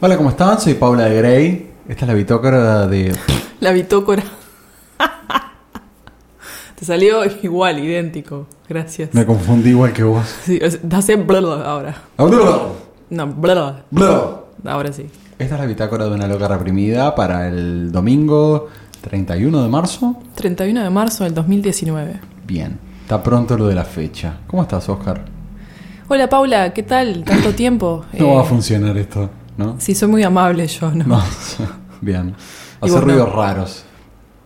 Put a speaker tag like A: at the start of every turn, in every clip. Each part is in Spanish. A: Hola, ¿cómo están? Soy Paula de Grey. Esta es la bitócara de...
B: La bitócora. Te salió igual, idéntico. Gracias.
A: Me confundí igual que vos.
B: Sí, o sea, hace blr ahora. No, blr. Ahora sí.
A: Esta es la bitácora de una loca reprimida para el domingo 31 de marzo.
B: 31 de marzo del 2019.
A: Bien, está pronto lo de la fecha. ¿Cómo estás, Oscar?
B: Hola Paula, ¿qué tal? Tanto tiempo.
A: No
B: Eh,
A: va a funcionar esto, ¿no?
B: Sí, soy muy amable yo, ¿no?
A: No, bien.
B: Y vos
A: Hacer ruidos
B: no.
A: raros.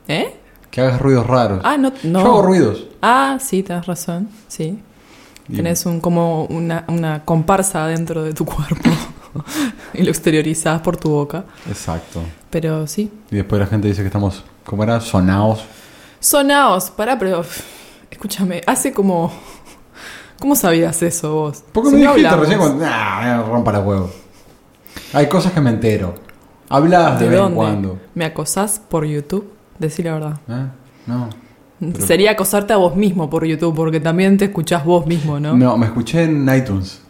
B: ¿Eh?
A: Que hagas ruidos raros.
B: Ah, no. no.
A: Yo hago ruidos.
B: Ah, sí, tenés razón. Sí.
A: Y-
B: Tenés un, como una, una comparsa dentro de tu cuerpo y lo exteriorizás por tu boca.
A: Exacto.
B: Pero sí.
A: Y después la gente dice que estamos, ¿cómo era? Sonados.
B: Sonaos, pará, pero pff, escúchame, hace como... ¿Cómo sabías eso vos?
A: ¿Por qué
B: Si
A: me
B: no
A: dijiste
B: hablamos.
A: recién cuando... Nah, me rompa la huevo. Hay cosas que me entero. Hablas de,
B: ¿De
A: vez en
B: dónde?
A: cuando.
B: ¿Me acosás por YouTube? Decí la verdad.
A: ¿Eh? No. Pero-
B: Sería acosarte a vos mismo por YouTube, porque también te escuchás vos mismo, ¿no?
A: no. me escuché en iTunes.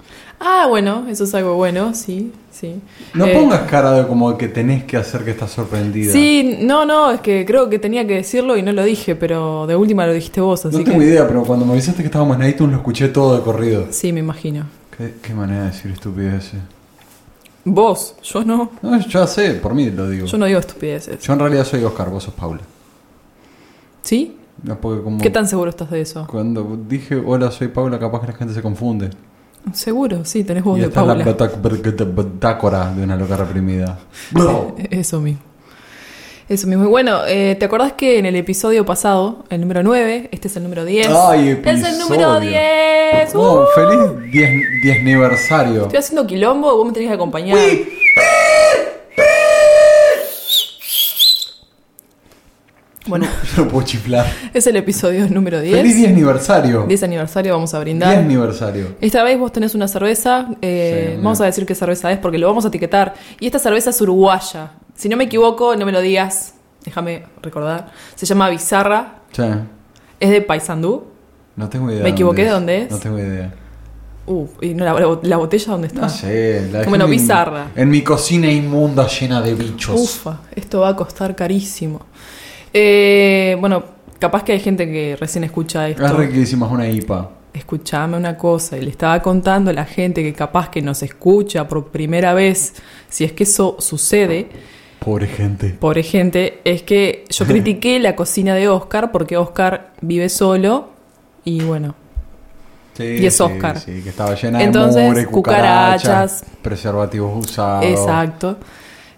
B: Ah, bueno, eso es algo bueno, sí, sí.
A: No
B: Eh,
A: pongas cara de como que tenés que hacer que estás sorprendida.
B: Sí, no, no, es que creo que tenía que decirlo y no lo dije, pero de última lo dijiste vos, así
A: No
B: que...
A: tengo idea, pero cuando me avisaste que estábamos en iTunes lo escuché todo de corrido.
B: Sí, me imagino.
A: Qué, qué manera de decir estupideces.
B: Vos, yo no.
A: No, yo ya sé, por mí lo digo.
B: Yo
A: Yo,
B: no digo estupideces.
A: en realidad soy Oscar, vos sos Paula.
B: ¿Sí?
A: No, porque como
B: ¿Qué tan seguro estás de eso?
A: Cuando dije hola soy Paula, capaz que la gente se confunde.
B: Seguro, sí, tenés voz
A: Y
B: de
A: esta es la
B: Paula.
A: batac- batac- batácora de una loca reprimida.
B: Eso mismo. Eso mismo. Y bueno, eh, ¿te acordás que en el episodio pasado, el número 9, este es el número 10?
A: ¡Ay,
B: ¡Es el número
A: episodio!
B: 10!
A: Oh,
B: ¡Uh!
A: feliz 10 10 aniversario.
B: Estoy haciendo quilombo, vos me tenés que acompañar. Bueno,
A: Yo no puedo chiflar.
B: es el episodio número 10.
A: Feliz 10 aniversario. 10
B: 10 aniversario, vamos a brindar.
A: aniversario.
B: Esta vez vos tenés una cerveza, eh,
A: Sí, una-
B: vamos a decir qué cerveza es porque lo vamos a etiquetar. Y esta cerveza es uruguaya. Si no me equivoco, no me lo digas, déjame recordar. Se llama Bizarra,
A: Che,
B: es de Paysandú.
A: no tengo idea.
B: ¿Me equivoqué de dónde es?
A: No tengo idea.
B: Uh, y no, la, la bot- la botella dónde está.
A: No sé. la dejé
B: Bueno,
A: en mi-
B: bizarra.
A: En mi cocina inmunda llena de bichos.
B: Ufa, esto va a costar carísimo. Eh, bueno, capaz que hay gente que recién escucha esto.
A: Es re que hicimos una IPA.
B: Escuchame una cosa, y le estaba contando a la gente que capaz que nos escucha por primera vez, si es que eso sucede,
A: Pobre gente.
B: pobre gente, es que yo critiqué la cocina de Oscar porque Oscar vive solo y bueno,
A: Sí,
B: Y es
A: sí,
B: Oscar.
A: Sí, que estaba llena de
B: Entonces,
A: mugre, cucarachas,
B: cucarachas.
A: preservativos usados.
B: exacto.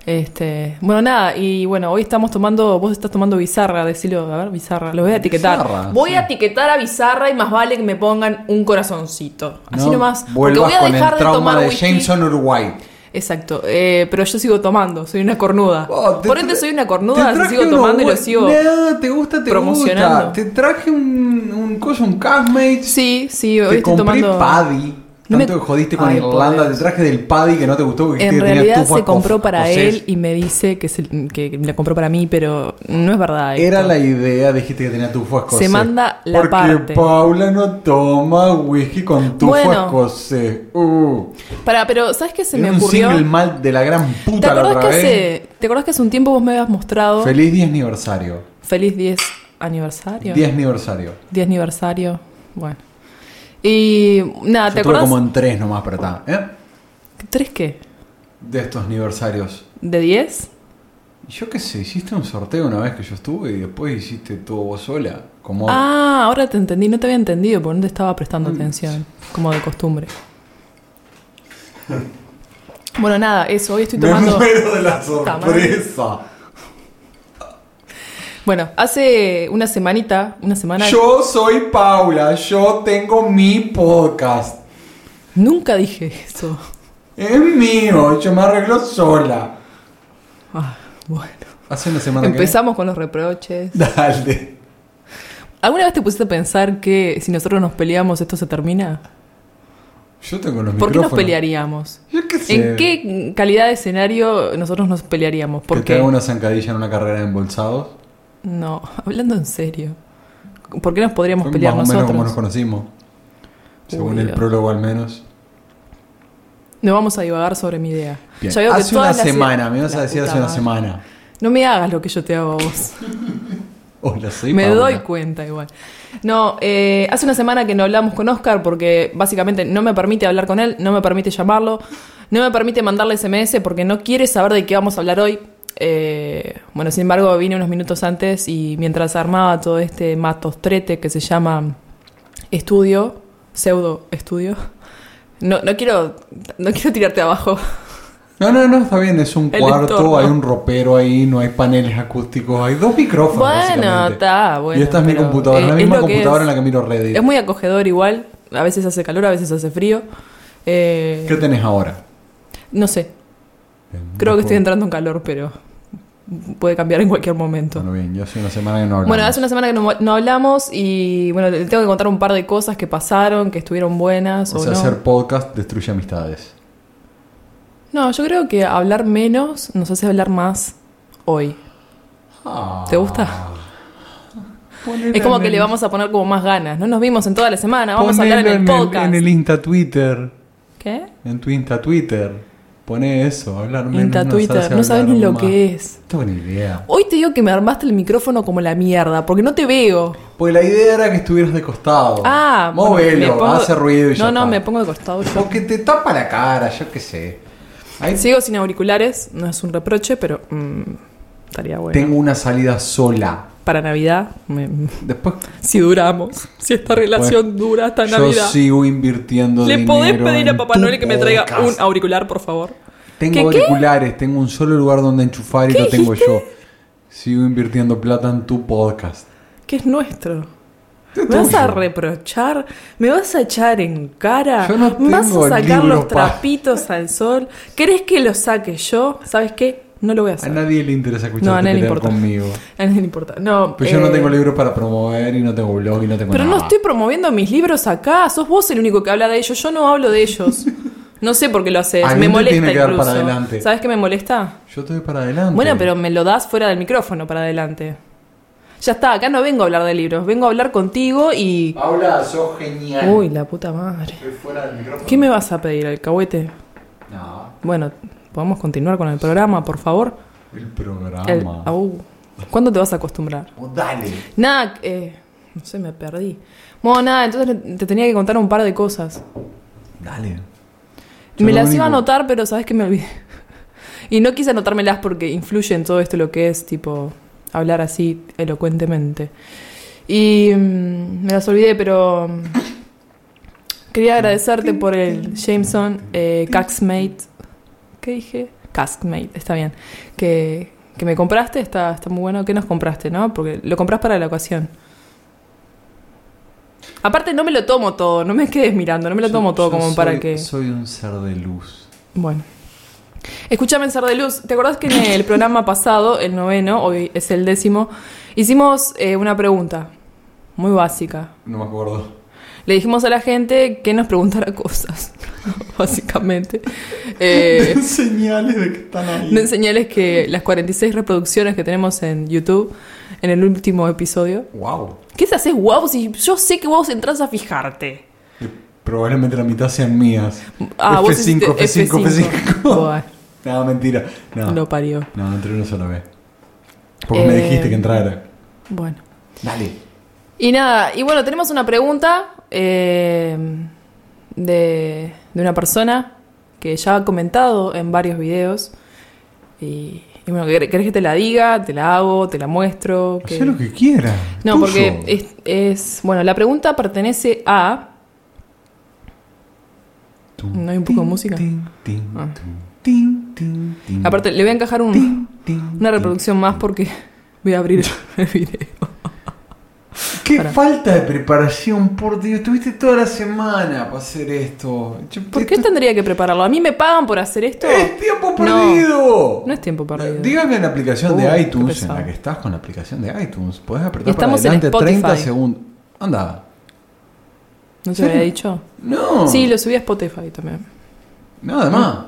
B: Este, bueno, nada, y bueno, hoy estamos tomando, vos estás tomando bizarra, decilo, a ver, bizarra, lo voy a etiquetar.
A: Bizarra,
B: voy
A: sí.
B: a etiquetar a bizarra y más vale que me pongan un corazoncito. Así
A: No
B: nomás, porque
A: vuelvas
B: voy a
A: con el
B: dejar de
A: trauma
B: tomar
A: de
B: whisky.
A: Jameson, Uruguay.
B: Exacto, eh, pero yo sigo tomando, soy una cornuda.
A: Oh, te
B: Por
A: tra-
B: ende soy una
A: te
B: cornuda, así
A: traje eh.
B: sigo
A: unos
B: tomando y lo
A: buen-
B: sigo.
A: Nah, te gusta, te
B: promocionando.
A: gusta. Te traje un, un coso, un castmate.
B: Sí, sí, hoy
A: te
B: estoy
A: compré
B: tomando.
A: paddy.
B: No me-
A: Tanto que jodiste con
B: Ay, por
A: Irlanda, te
B: Dios.
A: traje del paddy que no te gustó porque
B: En
A: tenía
B: realidad
A: tufa
B: se compró
A: esco-
B: para
A: escocés.
B: él y me dice que, se, que me la compró para mí, pero no es verdad. esto.
A: Era la idea, dijiste que tenía tufo escocés.
B: manda la
A: Porque
B: parte.
A: Paula no toma whisky con tufo
B: Bueno.
A: escocés. Uh,
B: Pará, pero ¿sabes qué se
A: era
B: me
A: un
B: ocurrió?
A: single mal de la gran
B: ¿Te
A: puta la
B: acordás,
A: otra
B: que
A: vez.
B: hace, ¿Te acordás que hace un tiempo vos me habías mostrado
A: Feliz 10 aniversario.
B: Feliz 10 aniversario?
A: 10 aniversario.
B: 10 aniversario, bueno. Y nada,
A: Yo
B: Ah,
A: tuve
B: ¿te acordás?
A: como en 3 nomás, pero está. ¿eh?
B: ¿Tres qué?
A: De estos aniversarios.
B: ¿De 10?
A: Yo qué sé, hiciste un sorteo una vez que yo estuve y después hiciste todo vos sola. Como. Mm.
B: Ah, ahora te entendí, no te había entendido porque no te estaba prestando atención, como de costumbre. Bueno, nada, eso, hoy estoy tomando...
A: de la
B: Puta madre. Bueno, hace una semanita, una semana...
A: Yo soy Paula, yo tengo mi podcast.
B: Nunca dije eso.
A: Es mío, yo me arreglo sola.
B: Ah, bueno.
A: Hace una semana
B: Empezamos con los reproches.
A: que. Dale.
B: ¿Alguna vez te pusiste a pensar que si nosotros nos peleamos esto se termina?
A: Yo tengo los
B: ¿Por qué
A: micrófonos.
B: nos pelearíamos?
A: Yo qué sé.
B: ¿En qué calidad de escenario nosotros nos pelearíamos?
A: Que
B: ¿Por
A: te
B: qué?
A: haga una zancadilla en una carrera de embolsados.
B: No, hablando en serio. ¿Por qué nos podríamos
A: Fue
B: pelear
A: más o menos como
B: nosotros?
A: nos conocimos. Según
B: Uy,
A: el
B: Dios.
A: prólogo al menos.
B: No vamos a divagar sobre mi idea.
A: Bien.
B: Ya veo que
A: hace una
B: todas las
A: semana,
B: ideas-
A: me vas a
B: La
A: decir
B: puta
A: hace una
B: madre.
A: semana.
B: No me hagas lo que yo te hago a vos.
A: Hola, soy
B: Me
A: Paula.
B: doy cuenta igual. No, eh, hace una semana que no hablamos con Oscar porque básicamente no me permite hablar con él, no me permite llamarlo, no me permite mandarle SMS porque no quiere saber de qué vamos a hablar hoy. Eh, bueno, sin embargo, vine unos minutos antes y mientras armaba todo este matostrete que se llama estudio, pseudo estudio, no, no, quiero, no quiero tirarte abajo.
A: No, no, no, está bien, es un
B: El
A: cuarto,
B: entorno.
A: hay un ropero ahí, no hay paneles acústicos, hay dos micrófonos.
B: Bueno,
A: básicamente.
B: está, bueno.
A: y esta es mi
B: pero,
A: computadora,
B: eh,
A: la
B: es
A: misma
B: lo que
A: computadora
B: es.
A: en la que miro Reddit.
B: Es muy acogedor igual. A veces hace calor, a veces hace frío. Eh,
A: ¿Qué tenés ahora?
B: no sé.
A: Bien,
B: Creo
A: no
B: que estoy
A: puedo-
B: entrando en calor, pero puede cambiar en cualquier momento.
A: Bueno, bien, yo hace una semana que no hablamos.
B: Bueno, hace una semana que no, no hablamos y bueno, le tengo que contar un par de cosas que pasaron, que estuvieron buenas o,
A: O sea,
B: no.
A: hacer podcast destruye amistades.
B: No, yo creo que hablar menos nos hace hablar más hoy. Ah. ¿Te gusta?
A: Ah. Ponelo
B: Es como
A: en
B: que le
A: el-
B: vamos a poner como más ganas. No nos vimos en toda la semana, vamos a
A: ponelo
B: hablar en el podcast.
A: En el Insta Twitter.
B: ¿Qué?
A: En tu Insta Twitter. Pone eso, hablar menos.
B: Insta Twitter, no sabes ni lo que es.
A: No tengo ni idea.
B: Hoy te digo que me armaste el micrófono como la mierda, porque no te veo.
A: Pues la idea era que estuvieras de costado.
B: Ah, bueno,
A: Móvelo,
B: me pongo-
A: hace ruido y ya
B: No, no,
A: está.
B: me pongo de costado yo.
A: Porque te tapa la cara, yo qué sé. Ahí
B: Sigo sin auriculares, no es un reproche, pero mm, estaría bueno.
A: tengo una salida sola.
B: Para Navidad, me-
A: Después
B: si duramos, si esta relación dura hasta
A: yo
B: Navidad.
A: sigo invirtiendo
B: ¿Le
A: dinero
B: podés pedir a
A: en
B: Papá
A: tu
B: Noel que me traiga
A: podcast.
B: un auricular, por favor?
A: Tengo
B: ¿Qué, qué?
A: auriculares, tengo un solo lugar donde enchufar y
B: ¿Qué
A: lo tengo
B: dijiste?
A: yo. Sigo invirtiendo plata en tu podcast.
B: Que es nuestro.
A: Es
B: ¿Me vas a
A: tuyo.
B: reprochar? ¿Me vas a echar en cara?
A: Yo no
B: ¿Vas
A: tengo
B: a
A: el
B: sacar
A: libro
B: los
A: pa-
B: trapitos al sol? ¿Querés que los saque yo? ¿Sabes qué? No lo voy a
A: A
B: hacer.
A: nadie le interesa
B: No, a
A: escucharte
B: nadie le
A: pelear
B: importa.
A: conmigo.
B: A nadie le importa. No,
A: Pero Pues yo no
B: eh,
A: tengo libros para promover y no tengo blog y no tengo
B: Pero no
A: nada.
B: estoy promoviendo mis libros acá. Sos vos el único que habla de ellos. Yo no hablo de ellos. No sé por qué lo haces.
A: Alguien
B: Me
A: te
B: molesta
A: tiene que dar
B: incluso.
A: para adelante.
B: ¿Sabes qué me molesta?
A: Yo estoy para adelante.
B: Bueno, pero me lo das fuera del micrófono para adelante. Ya está, acá no vengo a hablar de libros. Vengo a hablar contigo y.
A: Paula, sos genial.
B: Uy, la puta madre.
A: Estoy fuera del micrófono.
B: ¿Qué me vas a pedir, alcahuete?
A: No,
B: Bueno, podemos continuar con el programa, por favor.
A: el programa.
B: El- Au. ¿Cuándo te vas a acostumbrar?
A: Vos Oh, dale.
B: Nada, eh, no sé, me perdí. Bueno, nada, entonces te tenía que contar un par de cosas.
A: Dale. Yo
B: Me
A: lo
B: las
A: único-
B: iba a anotar, pero sabes que me olvidé. Y no quise anotármelas porque influye en todo esto lo que es, tipo, hablar así elocuentemente. Y mm, me las olvidé, pero mm, quería agradecerte por el Jameson eh, Caskmate. ¿Qué dije? Caskmate, está bien. Que, que me compraste, está, está muy bueno. ¿Qué nos compraste, no? Porque lo compras para la ocasión. Aparte, no me lo tomo todo, no me quedes mirando, no me lo
A: Yo-
B: tomo todo
A: yo
B: como
A: soy-
B: para que.
A: Soy un ser de luz.
B: Bueno. Escuchame, Ser de Luz. ¿Te acordás que en el programa pasado, el noveno, hoy es el décimo, hicimos eh, una pregunta muy básica?
A: No me acuerdo.
B: Le dijimos a la gente que nos preguntara cosas, básicamente. Eh,
A: Señales de que están ahí.
B: den señales que las 46 reproducciones que tenemos en YouTube, en el último episodio.
A: Wow.
B: ¿Qué te haces, wow? Si yo sé que vos entras a fijarte. Ah,
A: Y Eh, Probablemente la mitad sean mías. F5,
B: hiciste
A: F5, F5.
B: Buah,
A: No, mentira. No.
B: lo parió.
A: No, entré una sola vez. Porque me
B: Eh,
A: dijiste que entrara.
B: Bueno.
A: Dale.
B: Y nada, y bueno, tenemos una pregunta eh, de, de una persona que ya ha comentado en varios videos. Y, y bueno, ¿quer- ¿querés que te la diga? ¿Te la hago? ¿Te la muestro? ¿Qué?
A: Hacé lo que quieras.
B: No,
A: Tuyo.
B: porque es, es- Bueno, la pregunta pertenece a.
A: Tum,
B: ¿No hay un poco de
A: tin,
B: música?
A: tin, tin,
B: Ah.
A: tum, tin, tin, tin,
B: Aparte, le voy a encajar un,
A: tin, tin,
B: una
A: tin.
B: reproducción más porque voy a abrir el video.
A: ¡Qué
B: Pará.
A: falta de preparación! Por Dios, estuviste toda la semana para hacer esto. Yo-
B: ¿Por qué
A: esto-
B: tendría que prepararlo? ¿A mí me pagan por hacer esto?
A: ¡Es tiempo
B: No.
A: perdido!
B: No es tiempo perdido.
A: Dígame en la aplicación
B: Uy,
A: de
B: qué
A: iTunes, en
B: pesado.
A: la que estás con la aplicación de iTunes, podés apretar
B: Estamos en
A: para adelante
B: Spotify.
A: 30 segundos. Anda.
B: ¿No te
A: ¿Serio?
B: había dicho?
A: No.
B: Sí, lo Mm. subí a Spotify también.
A: Nada más.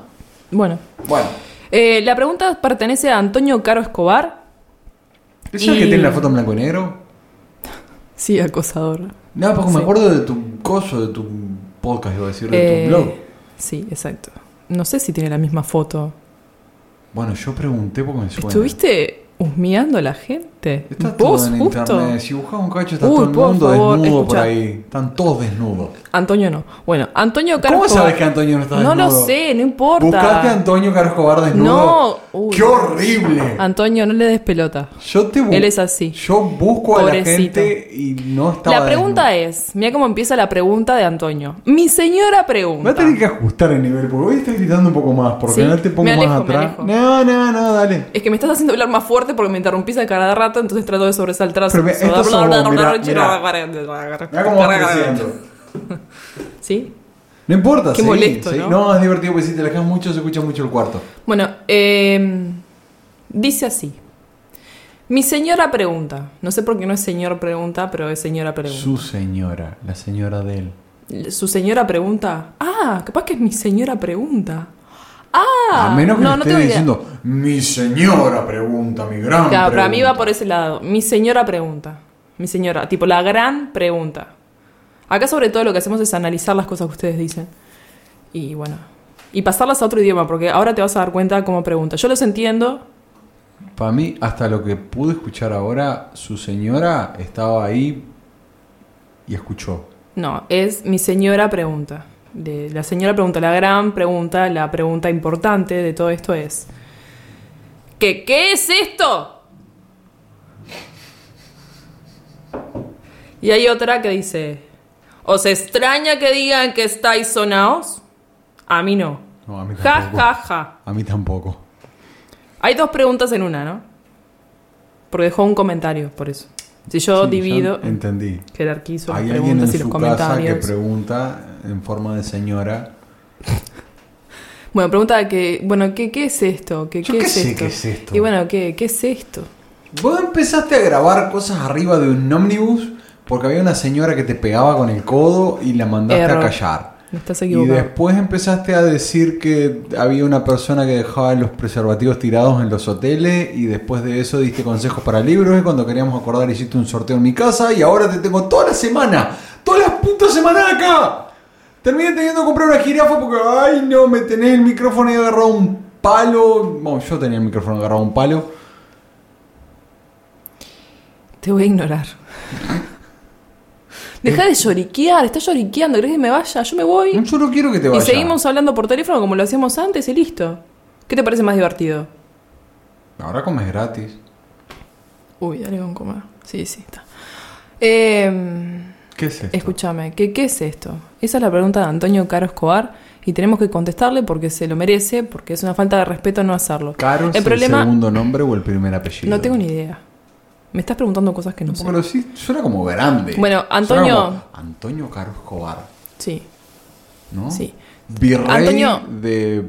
B: Bueno.
A: Bueno.
B: Eh, la pregunta pertenece a Antonio Caro Escobar.
A: ¿Es el
B: Y-
A: que tiene la foto en blanco y negro?
B: Sí, acosador.
A: No, porque me
B: Sí.
A: acuerdo de tu coso, de tu podcast, iba a decir, de
B: Eh,
A: tu blog.
B: Sí, exacto. no sé si tiene la misma foto.
A: Bueno, yo pregunté porque me suena.
B: ¿Estuviste husmeando a la gente?
A: Está todo
B: ¿Vos
A: en
B: justo?
A: internet. Si buscas un cacho, está
B: Uy,
A: todo el
B: por
A: mundo
B: favor,
A: desnudo por
B: escucha.
A: ahí. Están todos desnudos.
B: Antonio no. Bueno, Antonio Carpo.
A: ¿Cómo sabes que Antonio no está
B: No
A: desnudo?
B: lo sé, no importa.
A: Buscaste a Antonio Carcobar desnudo.
B: No. Uy.
A: ¡Qué horrible!
B: Antonio, no le des pelota.
A: Yo te bu-
B: Él es así.
A: Yo busco a la
B: Pobrecito.
A: gente y no estaba
B: La pregunta es, mira cómo empieza la pregunta de Antonio. Mi señora
A: Va a
B: pregunta.
A: tener que ajustar el nivel, porque hoy estás gritando un poco más, porque
B: Sí,
A: no te pongo
B: me alejo,
A: más
B: me
A: atrás.
B: alejo.
A: No, no, no, dale.
B: Es que me estás haciendo hablar más fuerte porque me interrumpís a cada rato, entonces trato de sobresaltar.
A: Pero ve, esto sos vos, mirá, Mirá cómo vas creciendo.
B: ¿Sí?
A: No importa,
B: Qué
A: sí,
B: molesto,
A: sí.
B: ¿no?
A: es divertido porque si te alejas mucho se escucha mucho el cuarto.
B: Bueno, eh, dice así. Mi señora pregunta. No sé por qué no es señor pregunta, pero es señora pregunta.
A: Su señora, la señora de él.
B: Su, señora pregunta. Ah, capaz que es mi señora pregunta. Ah,
A: a menos que
B: no,
A: le
B: no
A: esté
B: tengo idea.
A: diciendo, mi señora pregunta, mi gran
B: Claro, para mí
A: pregunta".
B: va por ese lado. Mi señora pregunta. Mi señora, tipo la gran pregunta. Acá sobre todo lo que hacemos es analizar las cosas que ustedes dicen. Y bueno, y pasarlas a otro idioma, porque ahora te vas a dar cuenta cómo pregunta. Yo los entiendo.
A: Para mí, hasta lo que pude escuchar ahora, su señora estaba ahí y escuchó.
B: No, es mi señora pregunta. De- la señora pregunta, la gran pregunta, la pregunta importante de todo esto es... ¿Qué, qué es esto? Y hay otra que dice... ¿Os extraña que digan que estáis sonaos? A mí no.
A: No, a mí
B: Ja,
A: tampoco.
B: ja, ja.
A: A mí tampoco.
B: Hay dos preguntas en una, ¿no? Porque dejó un comentario, por eso. Si yo
A: Sí,
B: divido,
A: ya entendí.
B: jerarquizo las
A: Hay alguien en
B: preguntas y los
A: su casa que
B: comentarios.
A: pregunta en forma de señora.
B: Bueno, pregunta que, bueno, ¿qué, qué es esto? ¿Qué,
A: Yo
B: qué
A: qué
B: es
A: sé
B: esto?
A: qué es esto.
B: Y bueno, ¿qué, qué es esto?
A: Vos empezaste a grabar cosas arriba de un ómnibus porque había una señora que te pegaba con el codo y la mandaste
B: Error.
A: a callar.
B: Me estás
A: Y
B: equivocando.
A: después empezaste a decir que había una persona que dejaba los preservativos tirados en los hoteles y después de eso diste consejos para libros y cuando queríamos acordar hiciste un sorteo en mi casa y ahora te tengo toda la semana, todas las putas semanas acá. Terminé teniendo que comprar una jirafa porque, ay no, me tenés el micrófono y agarrado un palo. Bueno, yo tenía el micrófono agarrado a un palo.
B: Te voy a ignorar. Deja de lloriquear, estás lloriqueando, ¿crees que me vaya? Yo me voy.
A: Yo no quiero que te
B: Y
A: vayas.
B: seguimos hablando por teléfono como lo hacíamos antes y listo. ¿Qué te parece más divertido?
A: Ahora comes gratis.
B: Uy, dale con comer. Sí, sí, está. Eh,
A: ¿Qué es esto?
B: escúchame, ¿qué, ¿qué es esto? Esa es la pregunta de Antonio Caro Escobar y tenemos que contestarle porque se lo merece, porque es una falta de respeto no hacerlo.
A: ¿Caro es
B: el problema,
A: el segundo nombre o el primer apellido?
B: No tengo ni idea. Me estás preguntando cosas que no sé.
A: Pero sí, suena como grande.
B: Bueno,
A: Suena
B: Antonio-
A: como Antonio Caro Escobar,
B: Sí,
A: ¿no?
B: sí.
A: Virrey
B: Antonio- ¿Mm?
A: de.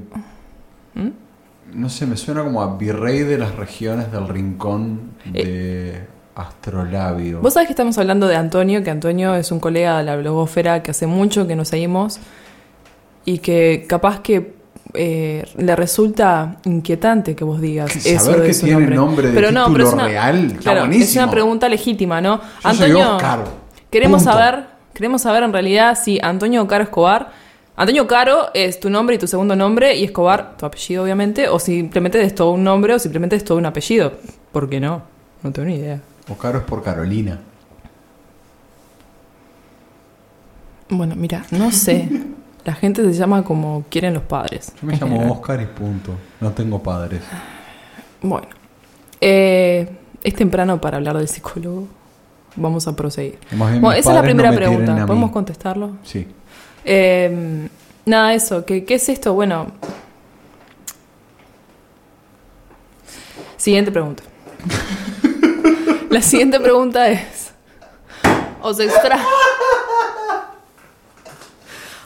A: No sé, me suena como a virrey de las regiones del rincón de Astrolabio.
B: Eh. Vos sabés que estamos hablando de Antonio, que Antonio es un colega de la blogósfera que hace mucho que nos seguimos y que capaz que eh, le resulta inquietante que vos digas
A: Que
B: eso
A: saber
B: de
A: que
B: su
A: tiene
B: nombre.
A: nombre de
B: pero no, pero es
A: título
B: una,
A: real, está
B: claro, es
A: buenísimo.
B: una pregunta legítima, ¿no?
A: Yo soy Oscar.
B: queremos
A: Punto.
B: saber, queremos saber en realidad si Antonio Caro Escobar, Antonio Caro es tu nombre y tu segundo nombre y Escobar tu apellido obviamente, o simplemente es todo un nombre o simplemente es todo un apellido, ¿por qué no? No tengo ni idea.
A: O Caro es por Carolina.
B: Bueno, mira, no sé. La gente se llama como quieren los padres.
A: Yo me
B: en
A: llamo
B: general.
A: Oscar y punto. No tengo padres.
B: Bueno. Eh, es temprano para hablar del psicólogo. Vamos a proseguir.
A: Más bien,
B: Bueno,
A: mis
B: esa es la
A: padres no
B: primera
A: me tienen a
B: pregunta.
A: mí.
B: ¿Podemos contestarlo?
A: Sí.
B: Eh, nada, eso. ¿Qué, ¿Qué es esto? Bueno. Siguiente pregunta. La siguiente pregunta es. ¿Os, extra...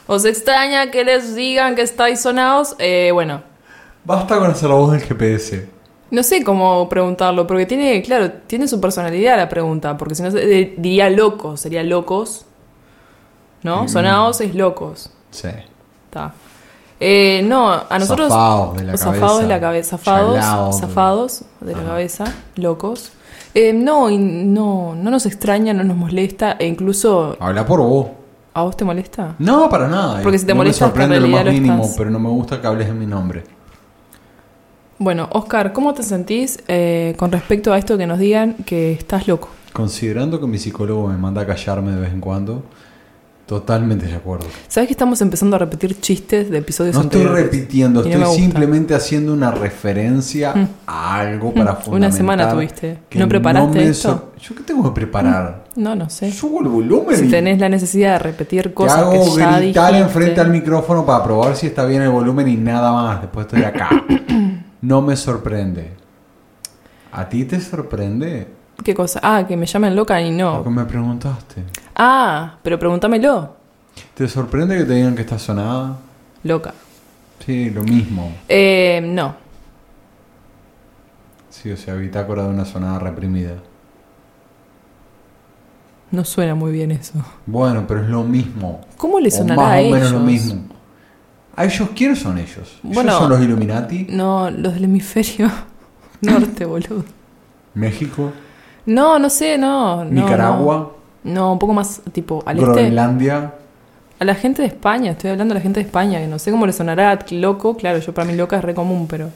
B: ¿Os extraña que les digan que estáis sonados? Eh, bueno,
A: Basta con hacer la voz del GPS.
B: no sé cómo preguntarlo, porque tiene, claro, tiene su personalidad la pregunta, porque si no se- eh, diría locos, sería locos. ¿No? Sonados es locos.
A: Sí.
B: Está. Eh, no, a nosotros.
A: Zafados de la
B: los zafados de la
A: cabeza.
B: cabeza. Zafados,
A: Chalados.
B: zafados de la
A: Ajá.
B: cabeza, locos. Eh, no, y no, no nos extraña, no nos molesta, e incluso
A: Habla por vos.
B: ¿A vos te molesta?
A: No, para nada.
B: Porque si te
A: no
B: molesta,
A: me sorprende
B: en
A: lo más
B: realidad lo
A: mínimo,
B: estás.
A: pero no me gusta que hables en mi nombre.
B: Bueno, Oscar, ¿cómo te sentís eh, con respecto a esto que nos digan que estás loco?
A: Considerando que mi psicólogo me manda a callarme de vez en cuando, totalmente de acuerdo.
B: ¿Sabes que estamos empezando a repetir chistes de episodios
A: No estoy
B: anteriores?
A: repitiendo,
B: Y no
A: estoy
B: me gusta.
A: simplemente haciendo una referencia
B: Mm.
A: a algo para fundamentar.
B: Una semana tuviste.
A: que
B: ¿No preparaste
A: me
B: esto?
A: sor- ¿Yo qué tengo que preparar?
B: No, no sé.
A: Subo el volumen
B: Si
A: y
B: tenés la necesidad de repetir
A: te
B: cosas
A: hago
B: que ya
A: gritar
B: dijiste.
A: enfrente al micrófono para probar si está bien el volumen y nada más. Después estoy acá. no me sorprende. ¿A ti te sorprende?
B: ¿Qué cosa? Ah, que me llamen loca y
A: Lo que
B: no.
A: me preguntaste.
B: Ah, pero pregúntamelo.
A: ¿Te sorprende que te digan que estás sonada?
B: Loca.
A: Sí, lo mismo.
B: Eh, no.
A: Sí, o sea, bitácora de una sonada reprimida.
B: No suena muy bien eso.
A: Bueno, pero es lo mismo.
B: ¿Cómo le
A: O
B: sonará
A: más
B: a
A: o menos
B: ellos?
A: lo mismo. ¿A ellos quiénes son ellos? ¿Ellos
B: Bueno,
A: son los Illuminati?
B: No, los del hemisferio norte, boludo.
A: ¿México?
B: No, no sé, no. no, No.
A: ¿Nicaragua?
B: No, un poco más tipo al este.
A: ¿Groenlandia?
B: A la gente de España, estoy hablando de la gente de España, que no sé cómo le sonará loco. Claro, yo para mí loca es re común, pero.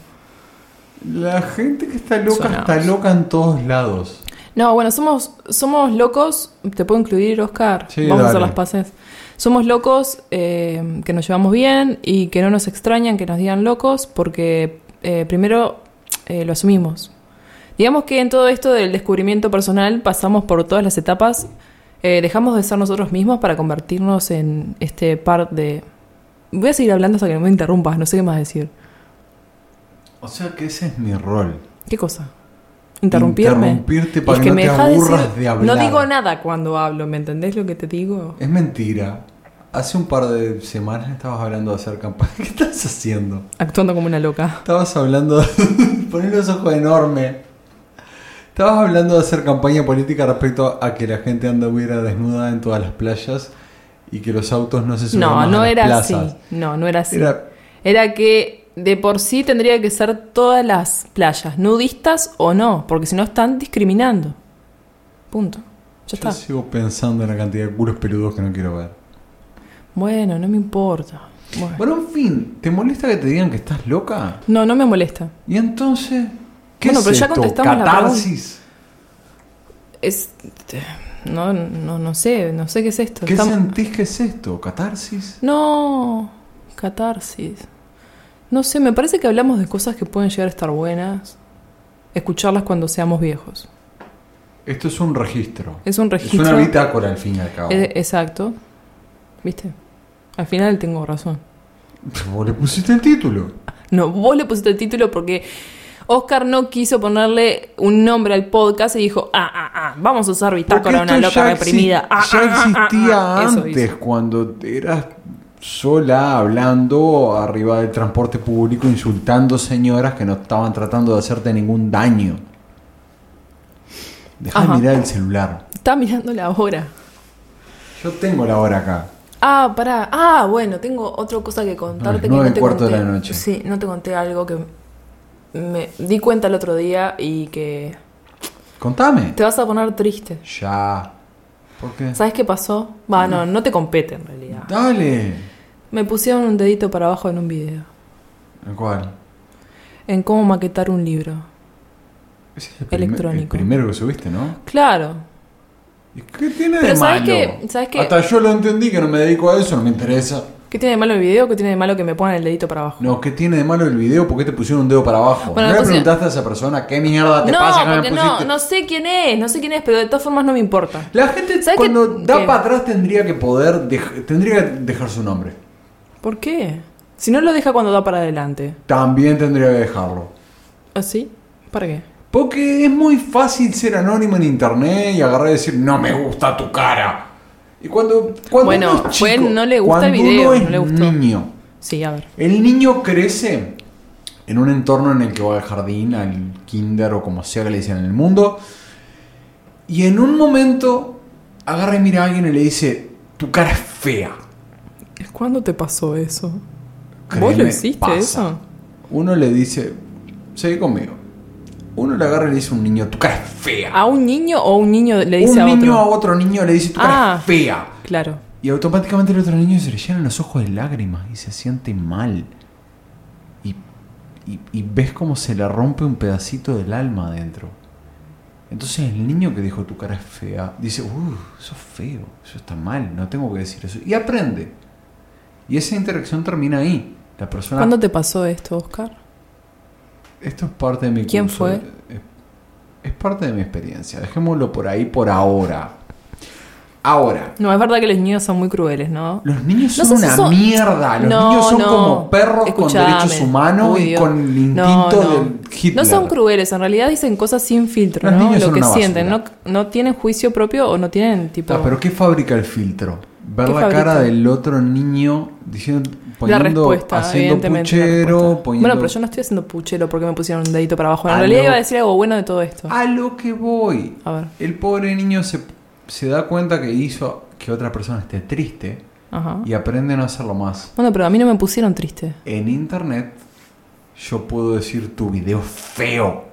A: La gente que está loca
B: Sonados.
A: está loca en todos lados.
B: No, bueno, somos, somos locos, te puedo incluir, Oscar,
A: Sí,
B: vamos a hacer
A: dale.
B: las paces. Somos locos eh, que nos llevamos bien y que no nos extrañan que nos digan locos porque eh, primero eh, lo asumimos. Digamos que en todo esto del descubrimiento personal pasamos por todas las etapas, eh, dejamos de ser nosotros mismos para convertirnos en este par de... Voy a seguir hablando hasta que no me interrumpas, no sé qué más decir.
A: O sea que ese es mi rol.
B: ¿Qué cosa? ¿Interrumpirme?
A: Interrumpirte
B: Y
A: para
B: es
A: que, no te
B: dejas
A: aburras
B: decir-
A: de hablar.
B: No digo nada cuando hablo, ¿me entendés lo que te digo?
A: Es mentira. Hace un par de semanas estabas hablando de hacer campaña. ¿Qué estás haciendo?
B: Actuando como una loca.
A: Estabas hablando. Poné los ojos enorme. Estabas hablando de hacer campaña política respecto a que la gente anduviera desnuda en todas las playas y que los autos no se subieran
B: No,
A: más a
B: no
A: las
B: era
A: plazas.
B: así. No, no era así. Era...
A: Era-
B: que de por sí tendría que ser todas las playas, nudistas o no, porque si no están discriminando. Punto. Ya
A: yo
B: está.
A: sigo pensando en la cantidad de culos peludos que no quiero ver.
B: Bueno, no me importa. Bueno.
A: Bueno, en fin, ¿te molesta que te digan que estás loca?
B: No, no me molesta.
A: Y entonces, ¿qué
B: Bueno,
A: es
B: pero ya
A: esto?
B: contestamos la
A: ¿Catarsis?
B: Es. No, no, no sé, no sé qué es esto.
A: ¿Qué
B: Estamos-
A: sentís que es esto? ¿Catarsis?
B: No, catarsis. No sé, me parece que hablamos de cosas que pueden llegar a estar buenas. Escucharlas cuando seamos viejos.
A: Esto es un registro.
B: Es un registro.
A: Es una bitácora al fin y al cabo.
B: Eh, exacto. ¿Viste? Al final tengo razón.
A: Vos le pusiste el título.
B: No, vos le pusiste el título porque Oscar no quiso ponerle un nombre al podcast y dijo, ah, ah, ah, vamos a usar bitácora,
A: Porque
B: una
A: esto
B: loca
A: ya exi-
B: reprimida. Ah,
A: ya
B: ah, ah, ah,
A: existía
B: ah". Eso hizo.
A: antes, cuando eras sola hablando arriba del transporte público, insultando señoras que no estaban tratando de hacerte ningún daño. Deja de
B: Ajá.
A: mirar el celular.
B: Estaba mirando la hora.
A: Yo tengo la hora acá.
B: Ah, pará. Ah, bueno, tengo otra cosa que contarte. que
A: nueve
B: no te
A: y cuarto de
B: conté.
A: la noche.
B: Sí, no te conté algo que me di cuenta el otro día y que
A: Contame.
B: te vas a poner triste.
A: Ya. ¿Por qué?
B: ¿Sabes qué pasó? Va, no, no te compete en realidad.
A: Dale.
B: Me pusieron un dedito para abajo en un video.
A: ¿En ¿Cuál?
B: En cómo maquetar un libro.
A: Ese es el, primer- el
B: Electrónico.
A: primero que subiste, ¿no?
B: Claro.
A: ¿Y ¿Qué tiene de
B: Pero ¿sabes
A: malo?
B: qué? ¿Sabes qué?
A: Hasta yo lo entendí que no me dedico a eso, no me interesa.
B: ¿Qué tiene de malo el video? ¿Qué tiene de malo que me pongan el dedito para abajo?
A: No, ¿qué tiene de malo el video? ¿Por qué te pusieron un dedo para abajo? ¿No
B: Bueno, me
A: le
B: pusieron-
A: preguntaste a esa persona qué mierda Ah, te
B: No,
A: pasa que me
B: porque no,
A: pusiste?
B: no sé quién es, no sé quién es, pero de todas formas no me importa.
A: La gente
B: ¿Sabes
A: cuando
B: qué-
A: da
B: qué?
A: para atrás tendría que poder, dej- tendría que dejar su nombre.
B: ¿Por qué? Si no lo deja cuando da para adelante.
A: También tendría que dejarlo.
B: ¿Así? ¿Para qué?
A: Porque es muy fácil ser anónimo en internet y agarrar y decir, no me gusta tu cara. Y cuando, cuando
B: Bueno,
A: uno es
B: fue
A: chico,
B: no le gusta el
A: cuando
B: video,
A: uno es
B: no le gustó.
A: niño,
B: Sí, a ver.
A: El niño crece en un entorno en el que va al jardín, al kinder o como sea que le dicen en el mundo. Y en un momento agarra y mira a alguien y le dice, tu cara es fea.
B: ¿Cuándo te pasó eso? ¿Vos lo
A: Créeme,
B: hiciste
A: pasa.
B: eso?
A: Uno le dice, seguí conmigo. Uno le agarra y le dice a un niño, tu cara es fea.
B: ¿A un niño o un niño Ah, le dice
A: un
B: a
A: niño
B: otro?
A: a otro niño le dice, tu cara
B: Ah.
A: es fea.
B: Claro.
A: Y automáticamente el otro niño se le llenan los ojos de lágrimas y se siente mal. Y, y- y ves cómo se le rompe un pedacito del alma adentro. Entonces el niño que dijo tu cara es fea, dice, uh, eso es feo, eso está mal, no tengo que decir eso. Y aprende. Y esa interacción termina ahí. La persona...
B: ¿Cuándo te pasó esto, Oscar?
A: Esto es parte de mi
B: ¿Quién
A: curso.
B: fue?
A: Es, es parte de mi experiencia. Dejémoslo por ahí por ahora. Ahora,
B: No, es verdad que los niños son muy crueles, ¿no?
A: los niños
B: No
A: son
B: sé si
A: una
B: son-
A: mierda. Los
B: No,
A: niños son
B: no.
A: como perros
B: Escuchame.
A: con derechos humanos
B: Uy,
A: y
B: Dios.
A: con el
B: No,
A: instinto
B: no.
A: del Hitler.
B: No son crueles, en realidad dicen cosas sin filtro,
A: Los
B: ¿no?
A: niños
B: Lo
A: son
B: que
A: una
B: sienten, no,
A: basura.
B: no tienen juicio propio o no tienen tipo...
A: Ah, pero ¿qué fabrica el filtro? Ver
B: ¿Qué
A: la
B: fabrica?
A: cara del otro niño diciendo,
B: la
A: poniendo,
B: respuesta,
A: haciendo
B: evidentemente. la
A: puchero,
B: respuesta.
A: poniendo...
B: Bueno, pero yo no estoy haciendo puchero porque me pusieron un dedito para abajo. En
A: Ah,
B: realidad
A: no. Ah.
B: iba a decir algo bueno de todo esto.
A: A lo que voy.
B: A ver.
A: El pobre niño se, se da cuenta que hizo que otra persona esté triste
B: Ajá.
A: y aprende a no hacerlo más.
B: Bueno, pero a mí no me pusieron triste.
A: En internet yo puedo decir tu video es feo.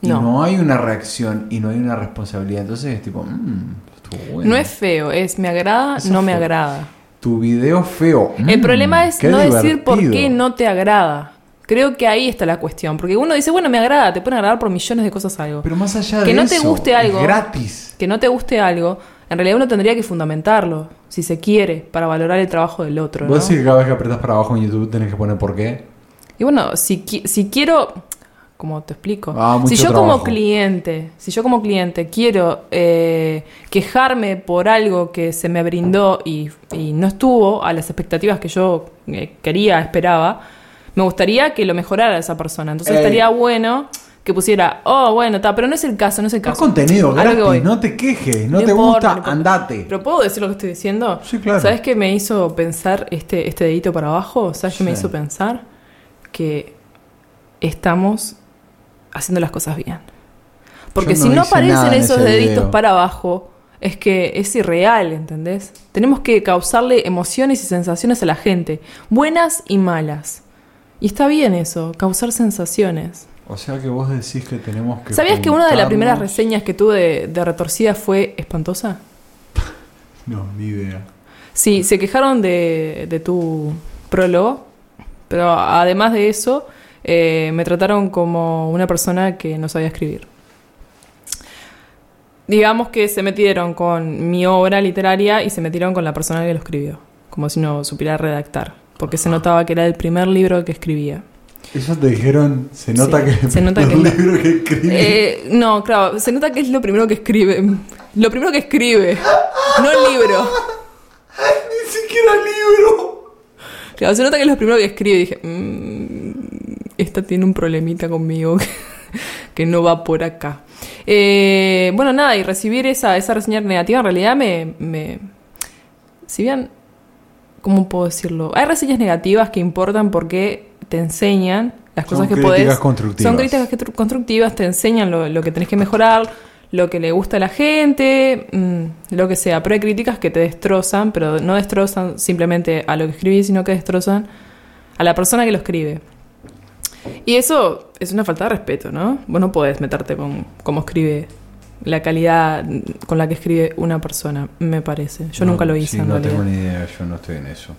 A: Y
B: No.
A: no. hay una reacción y no hay una responsabilidad. Entonces es tipo, "Mm, estuvo bueno.
B: No es feo, es me agrada,
A: Eso
B: no me
A: fue.
B: agrada.
A: Tu video es feo.
B: El
A: Mm,
B: problema es
A: qué
B: no decir por
A: divertido".
B: qué no te agrada. Creo que ahí está la cuestión. Porque uno dice, bueno, me agrada, te pueden agradar por millones de cosas algo.
A: Pero más allá de
B: Que no te
A: eso,
B: guste
A: es
B: algo.
A: gratis.
B: que no te guste algo, en realidad uno tendría que fundamentarlo, si se quiere, para valorar el trabajo del otro. ¿no?
A: Vos decís que cada vez que apretás para abajo en YouTube tenés que poner por qué.
B: Y bueno, si, qui- si quiero, como te explico,
A: Ah, mucho
B: si yo como
A: trabajo.
B: cliente, si yo como cliente quiero eh, quejarme por algo que se me brindó y, y no estuvo a las expectativas que yo eh, quería, esperaba, me gustaría que lo mejorara esa persona. Entonces
A: Ey.
B: estaría bueno que pusiera, oh, bueno, está, pero no es el caso, no es el
A: Es
B: caso.
A: contenido
B: A lo que voy.
A: gratis, no te quejes, no,
B: No
A: te
B: importa,
A: gusta,
B: no importa.
A: andate.
B: ¿Pero puedo decir lo que estoy diciendo?
A: Sí, claro.
B: ¿Sabes qué me hizo pensar este, este dedito para abajo? ¿Sabes qué me
A: Sí.
B: hizo pensar? Que estamos haciendo las cosas bien. Porque
A: Yo
B: si
A: no
B: no
A: hice nada
B: aparecen
A: en
B: esos
A: ese
B: deditos
A: video.
B: para abajo, es que es irreal, ¿entendés? Tenemos que causarle emociones y sensaciones a la gente, buenas y malas. Y está bien eso, causar sensaciones.
A: O sea que vos decís que tenemos que.
B: ¿Sabías que una de las
A: juntarnos-
B: primeras reseñas que tuve de, de retorcida fue espantosa?
A: No, ni idea.
B: Sí, se quejaron de, de tu prólogo, pero además de eso, eh, me trataron como una persona que no sabía escribir. Digamos que se metieron con mi obra literaria y se metieron con la persona que lo escribió, como si no supiera redactar, porque se notaba que era el primer libro que escribía.
A: Eso te dijeron, se nota
B: Sí,
A: que
B: se nota
A: los
B: que no.
A: libros que escribes.
B: Eh, no, claro, se nota que es lo primero que escribe. Lo primero que escribe, no el libro.
A: Ni siquiera libro.
B: Claro, se nota que es lo primero que escribe. Dije, "Mm, esta tiene un problemita conmigo que, que no va por acá. Eh, bueno, nada, y recibir esa, esa reseña negativa en realidad me, me- Si bien... ¿Cómo puedo decirlo? Hay reseñas negativas que importan porque te enseñan las
A: Son
B: cosas que
A: críticas
B: podés...
A: constructivas.
B: Son críticas que- constructivas, te enseñan lo, lo que tenés que mejorar, lo que le gusta a la gente, mm, lo que sea. Pero hay críticas que te destrozan, pero no destrozan simplemente a lo que escribís, sino que destrozan a la persona que lo escribe. Y eso es una falta de respeto, ¿no? Vos no podés meterte con cómo escribe la calidad con la que escribe una persona, me parece. Yo
A: No,
B: nunca lo hice
A: sí,
B: en
A: no
B: realidad.
A: tengo ni idea, yo no estoy en eso.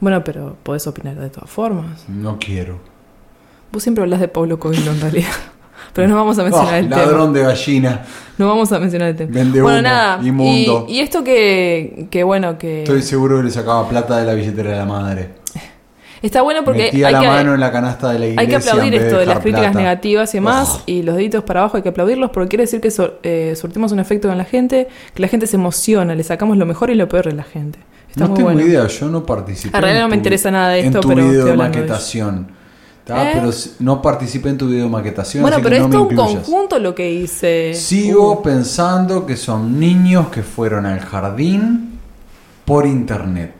B: Bueno, pero podés opinar de todas formas.
A: No quiero.
B: Vos siempre hablas de Pablo Coelho en realidad. Pero no vamos a mencionar
A: Ah,
B: el tema.
A: ladrón de gallina.
B: No vamos a mencionar el tema.
A: Vende
B: bueno,
A: humo,
B: nada.
A: inmundo.
B: Y, y esto que, que bueno, que
A: Estoy seguro que le sacaba plata de la billetera de la madre.
B: está bueno porque hay que,
A: Metía la mano en la canasta de la iglesia.
B: hay que aplaudir
A: en vez
B: esto de las
A: dejar
B: críticas
A: plata.
B: negativas y demás.
A: Ojo.
B: Y los deditos para abajo hay que aplaudirlos porque quiere decir que so- eh, sortimos un efecto con la gente, que la gente se emociona, le sacamos lo mejor y lo peor de la gente. Está
A: no
B: muy
A: tengo
B: bueno.
A: idea, yo no participé.
B: En realidad no me
A: tu-
B: interesa nada de esto,
A: en tu
B: pero
A: video
B: estoy
A: de
B: hablando de
A: maquetación. Ah,
B: ¿Eh?
A: Pero s- no participé en tu video de maquetación.
B: Bueno,
A: así que
B: pero
A: no
B: es
A: me
B: todo un
A: incluyas.
B: conjunto lo que hice.
A: Sigo
B: Uh,
A: pensando que son niños que fueron al jardín por internet.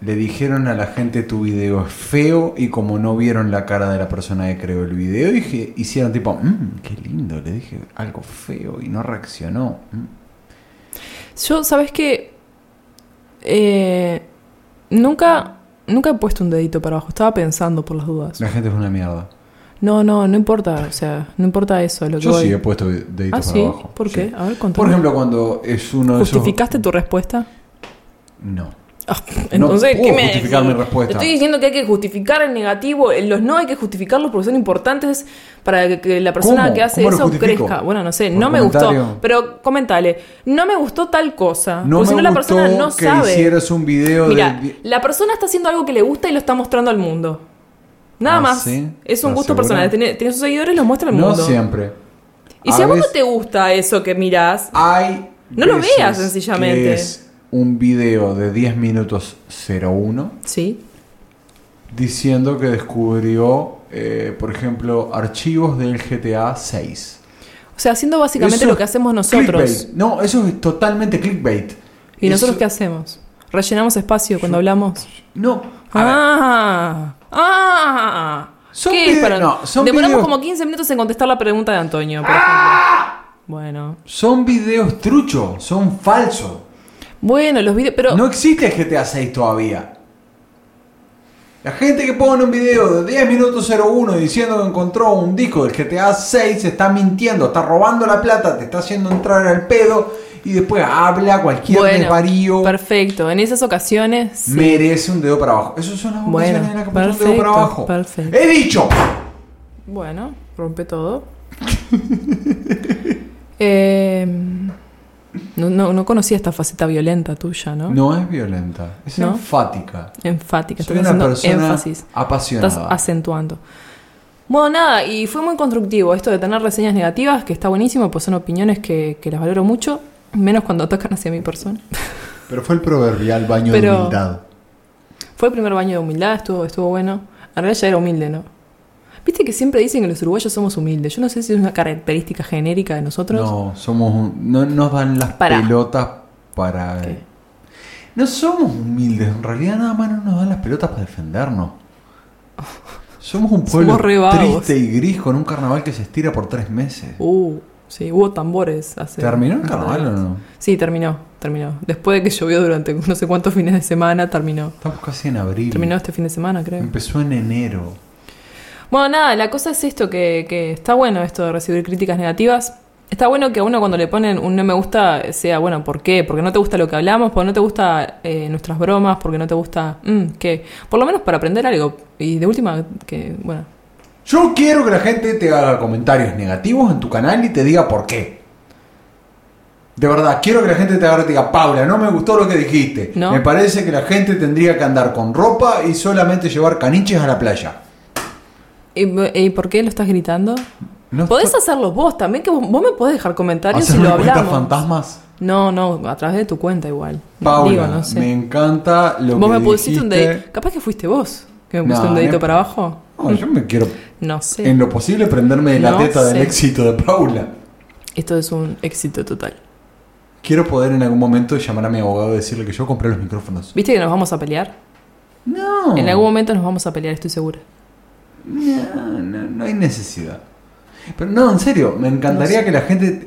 A: Le dijeron a la gente tu video es feo y como no vieron la cara de la persona que creó el video, dije, hicieron tipo, mmm, qué lindo, le dije algo feo y no reaccionó. Mm.
B: Yo, ¿sabes qué? Eh, nunca, nunca he puesto un dedito para abajo. Estaba pensando por las dudas.
A: La gente es una mierda.
B: No, no, no importa, o sea, no importa eso, lo que
A: Yo
B: voy.
A: sí he puesto deditos
B: ah,
A: para
B: sí,
A: abajo.
B: ¿por qué?
A: Sí.
B: A ver, contame.
A: Por ejemplo, cuando es uno de esos...
B: ¿justificaste tu respuesta?
A: No.
B: Ah, Entonces,
A: puedo
B: ¿qué me
A: justificar mi
B: decís?
A: respuesta.
B: Estoy diciendo que hay que justificar el negativo. Los no hay que justificarlos porque son importantes para que, que la persona
A: ¿Cómo?
B: que hace
A: ¿Cómo lo
B: eso
A: justifico?
B: crezca. Bueno, no sé,
A: ¿Por
B: no me
A: comentario?
B: gustó. Pero comentale, no me gustó tal cosa.
A: No
B: porque Ah, pues si
A: me
B: no, la
A: gustó
B: persona no
A: que
B: sabe.
A: hicieras un video
B: Mira,
A: de...
B: la persona está haciendo algo que le gusta y lo está mostrando al mundo. Nada
A: Ah,
B: más.
A: ¿sí?
B: Es un
A: ¿Estás
B: gusto
A: segura?
B: personal. Tiene, tiene sus seguidores, los muestra al
A: No
B: mundo.
A: siempre.
B: Y si a vos no
A: veces
B: te gusta eso que mirás,
A: Hay
B: No lo
A: veces
B: veas, sencillamente.
A: que es un video de 10 minutos 01
B: sí.
A: diciendo que descubrió, eh, por ejemplo, archivos del GTA 6.
B: O sea, haciendo básicamente
A: Eso
B: lo que
A: es
B: hacemos nosotros.
A: clickbait. No, eso es totalmente clickbait.
B: ¿Y
A: Eso-
B: nosotros qué hacemos? ¿Rellenamos espacio cuando hablamos?
A: No. a ver,
B: ¡Ah! ¡Ah!
A: Son
B: ¿Qué
A: vide-
B: es para-
A: no, son
B: Demoramos
A: videos-
B: como 15 minutos en contestar la pregunta de Antonio, por
A: ¡Ah!
B: ejemplo. Bueno.
A: Son videos trucho, son falsos.
B: Bueno, los videos. Pero.
A: No existe GTA 6 todavía. La gente que pone un video de 10 minutos 01 diciendo que encontró un disco del GTA 6 está mintiendo, está robando la plata, te está haciendo entrar al pedo y después habla cualquier desvarío.
B: perfecto. En esas ocasiones.
A: Mm.
B: sí.
A: Merece un dedo para abajo. Eso son las
B: Bueno,
A: ocasiones en las que puse un dedo
B: perfecto,
A: para abajo.
B: perfecto.
A: ¡He dicho!
B: Bueno, rompe todo. Eh, no, no, no conocía esta faceta violenta tuya, ¿no?
A: No es violenta, es
B: ¿No?
A: enfática.
B: Enfática.
A: Soy
B: Estás
A: una
B: haciendo
A: persona
B: énfasis. Estás
A: apasionada.
B: acentuando. Bueno, nada, y fue muy constructivo esto de tener reseñas negativas, que está buenísimo, pues son opiniones que, que las valoro mucho, menos cuando atacan hacia mi persona.
A: Pero fue el proverbial baño
B: de Pero- humildad. Fue el primer baño de humildad, estuvo, estuvo bueno. En realidad ya era humilde, ¿no? Viste que siempre dicen que los uruguayos somos humildes. Yo no sé si es una característica genérica de nosotros.
A: No, somos un- no nos dan las
B: Pará.
A: pelotas para.
B: ¿Qué?
A: No somos humildes, en realidad nada más no nos dan las pelotas para defendernos. Somos un pueblo
B: Somos re vagos.
A: triste y gris con un carnaval que se estira por tres meses.
B: Uh, sí, hubo tambores hace.
A: ¿Terminó el
B: un par de
A: carnaval o
B: años.
A: no?
B: Sí, terminó, terminó. Después de que llovió durante no sé cuántos fines de semana, terminó.
A: Estamos casi en abril.
B: Terminó este fin de semana, creo.
A: Empezó en enero.
B: Bueno, nada, la cosa es esto, que, que está bueno esto de recibir críticas negativas. Está bueno que a uno cuando le ponen un no me gusta sea, bueno, ¿por qué? Porque no te gusta lo que hablamos, porque no te gusta eh, nuestras bromas, porque no te gusta... mm, ¿Qué? Por lo menos para aprender algo. Y de última, que, bueno.
A: Yo quiero que la gente te haga comentarios negativos en tu canal y te diga por qué. De verdad, quiero que la gente te agarre y te diga, Paula, no me gustó lo que dijiste.
B: No.
A: Me parece que la gente tendría que andar con ropa y solamente llevar caniches a la playa.
B: ¿Y, y por qué lo estás gritando?
A: No
B: podés
A: estoy-
B: hacerlo vos también, que vos, vos me podés dejar comentarios si
A: ¿Hacerme
B: lo
A: cuentas
B: hablamos.
A: fantasmas?
B: No, no, a través de tu cuenta igual.
A: Paula,
B: Digo, no sé.
A: me encanta lo
B: Vos
A: que
B: me pusiste un
A: dijiste.
B: dedito... Capaz que fuiste vos que me pusiste
A: No,
B: un dedito
A: no.
B: para abajo.
A: No, yo me quiero,
B: No sé.
A: en lo posible, prenderme de la
B: No
A: teta del
B: sé.
A: éxito de Paula.
B: Esto es un éxito total.
A: Quiero poder en algún momento llamar a mi abogado y decirle que yo compré los micrófonos.
B: ¿Viste que nos vamos a pelear?
A: No.
B: En algún momento nos vamos a pelear, estoy segura.
A: No, no, no hay necesidad. Pero no, en serio, me encantaría
B: No sé.
A: que la gente...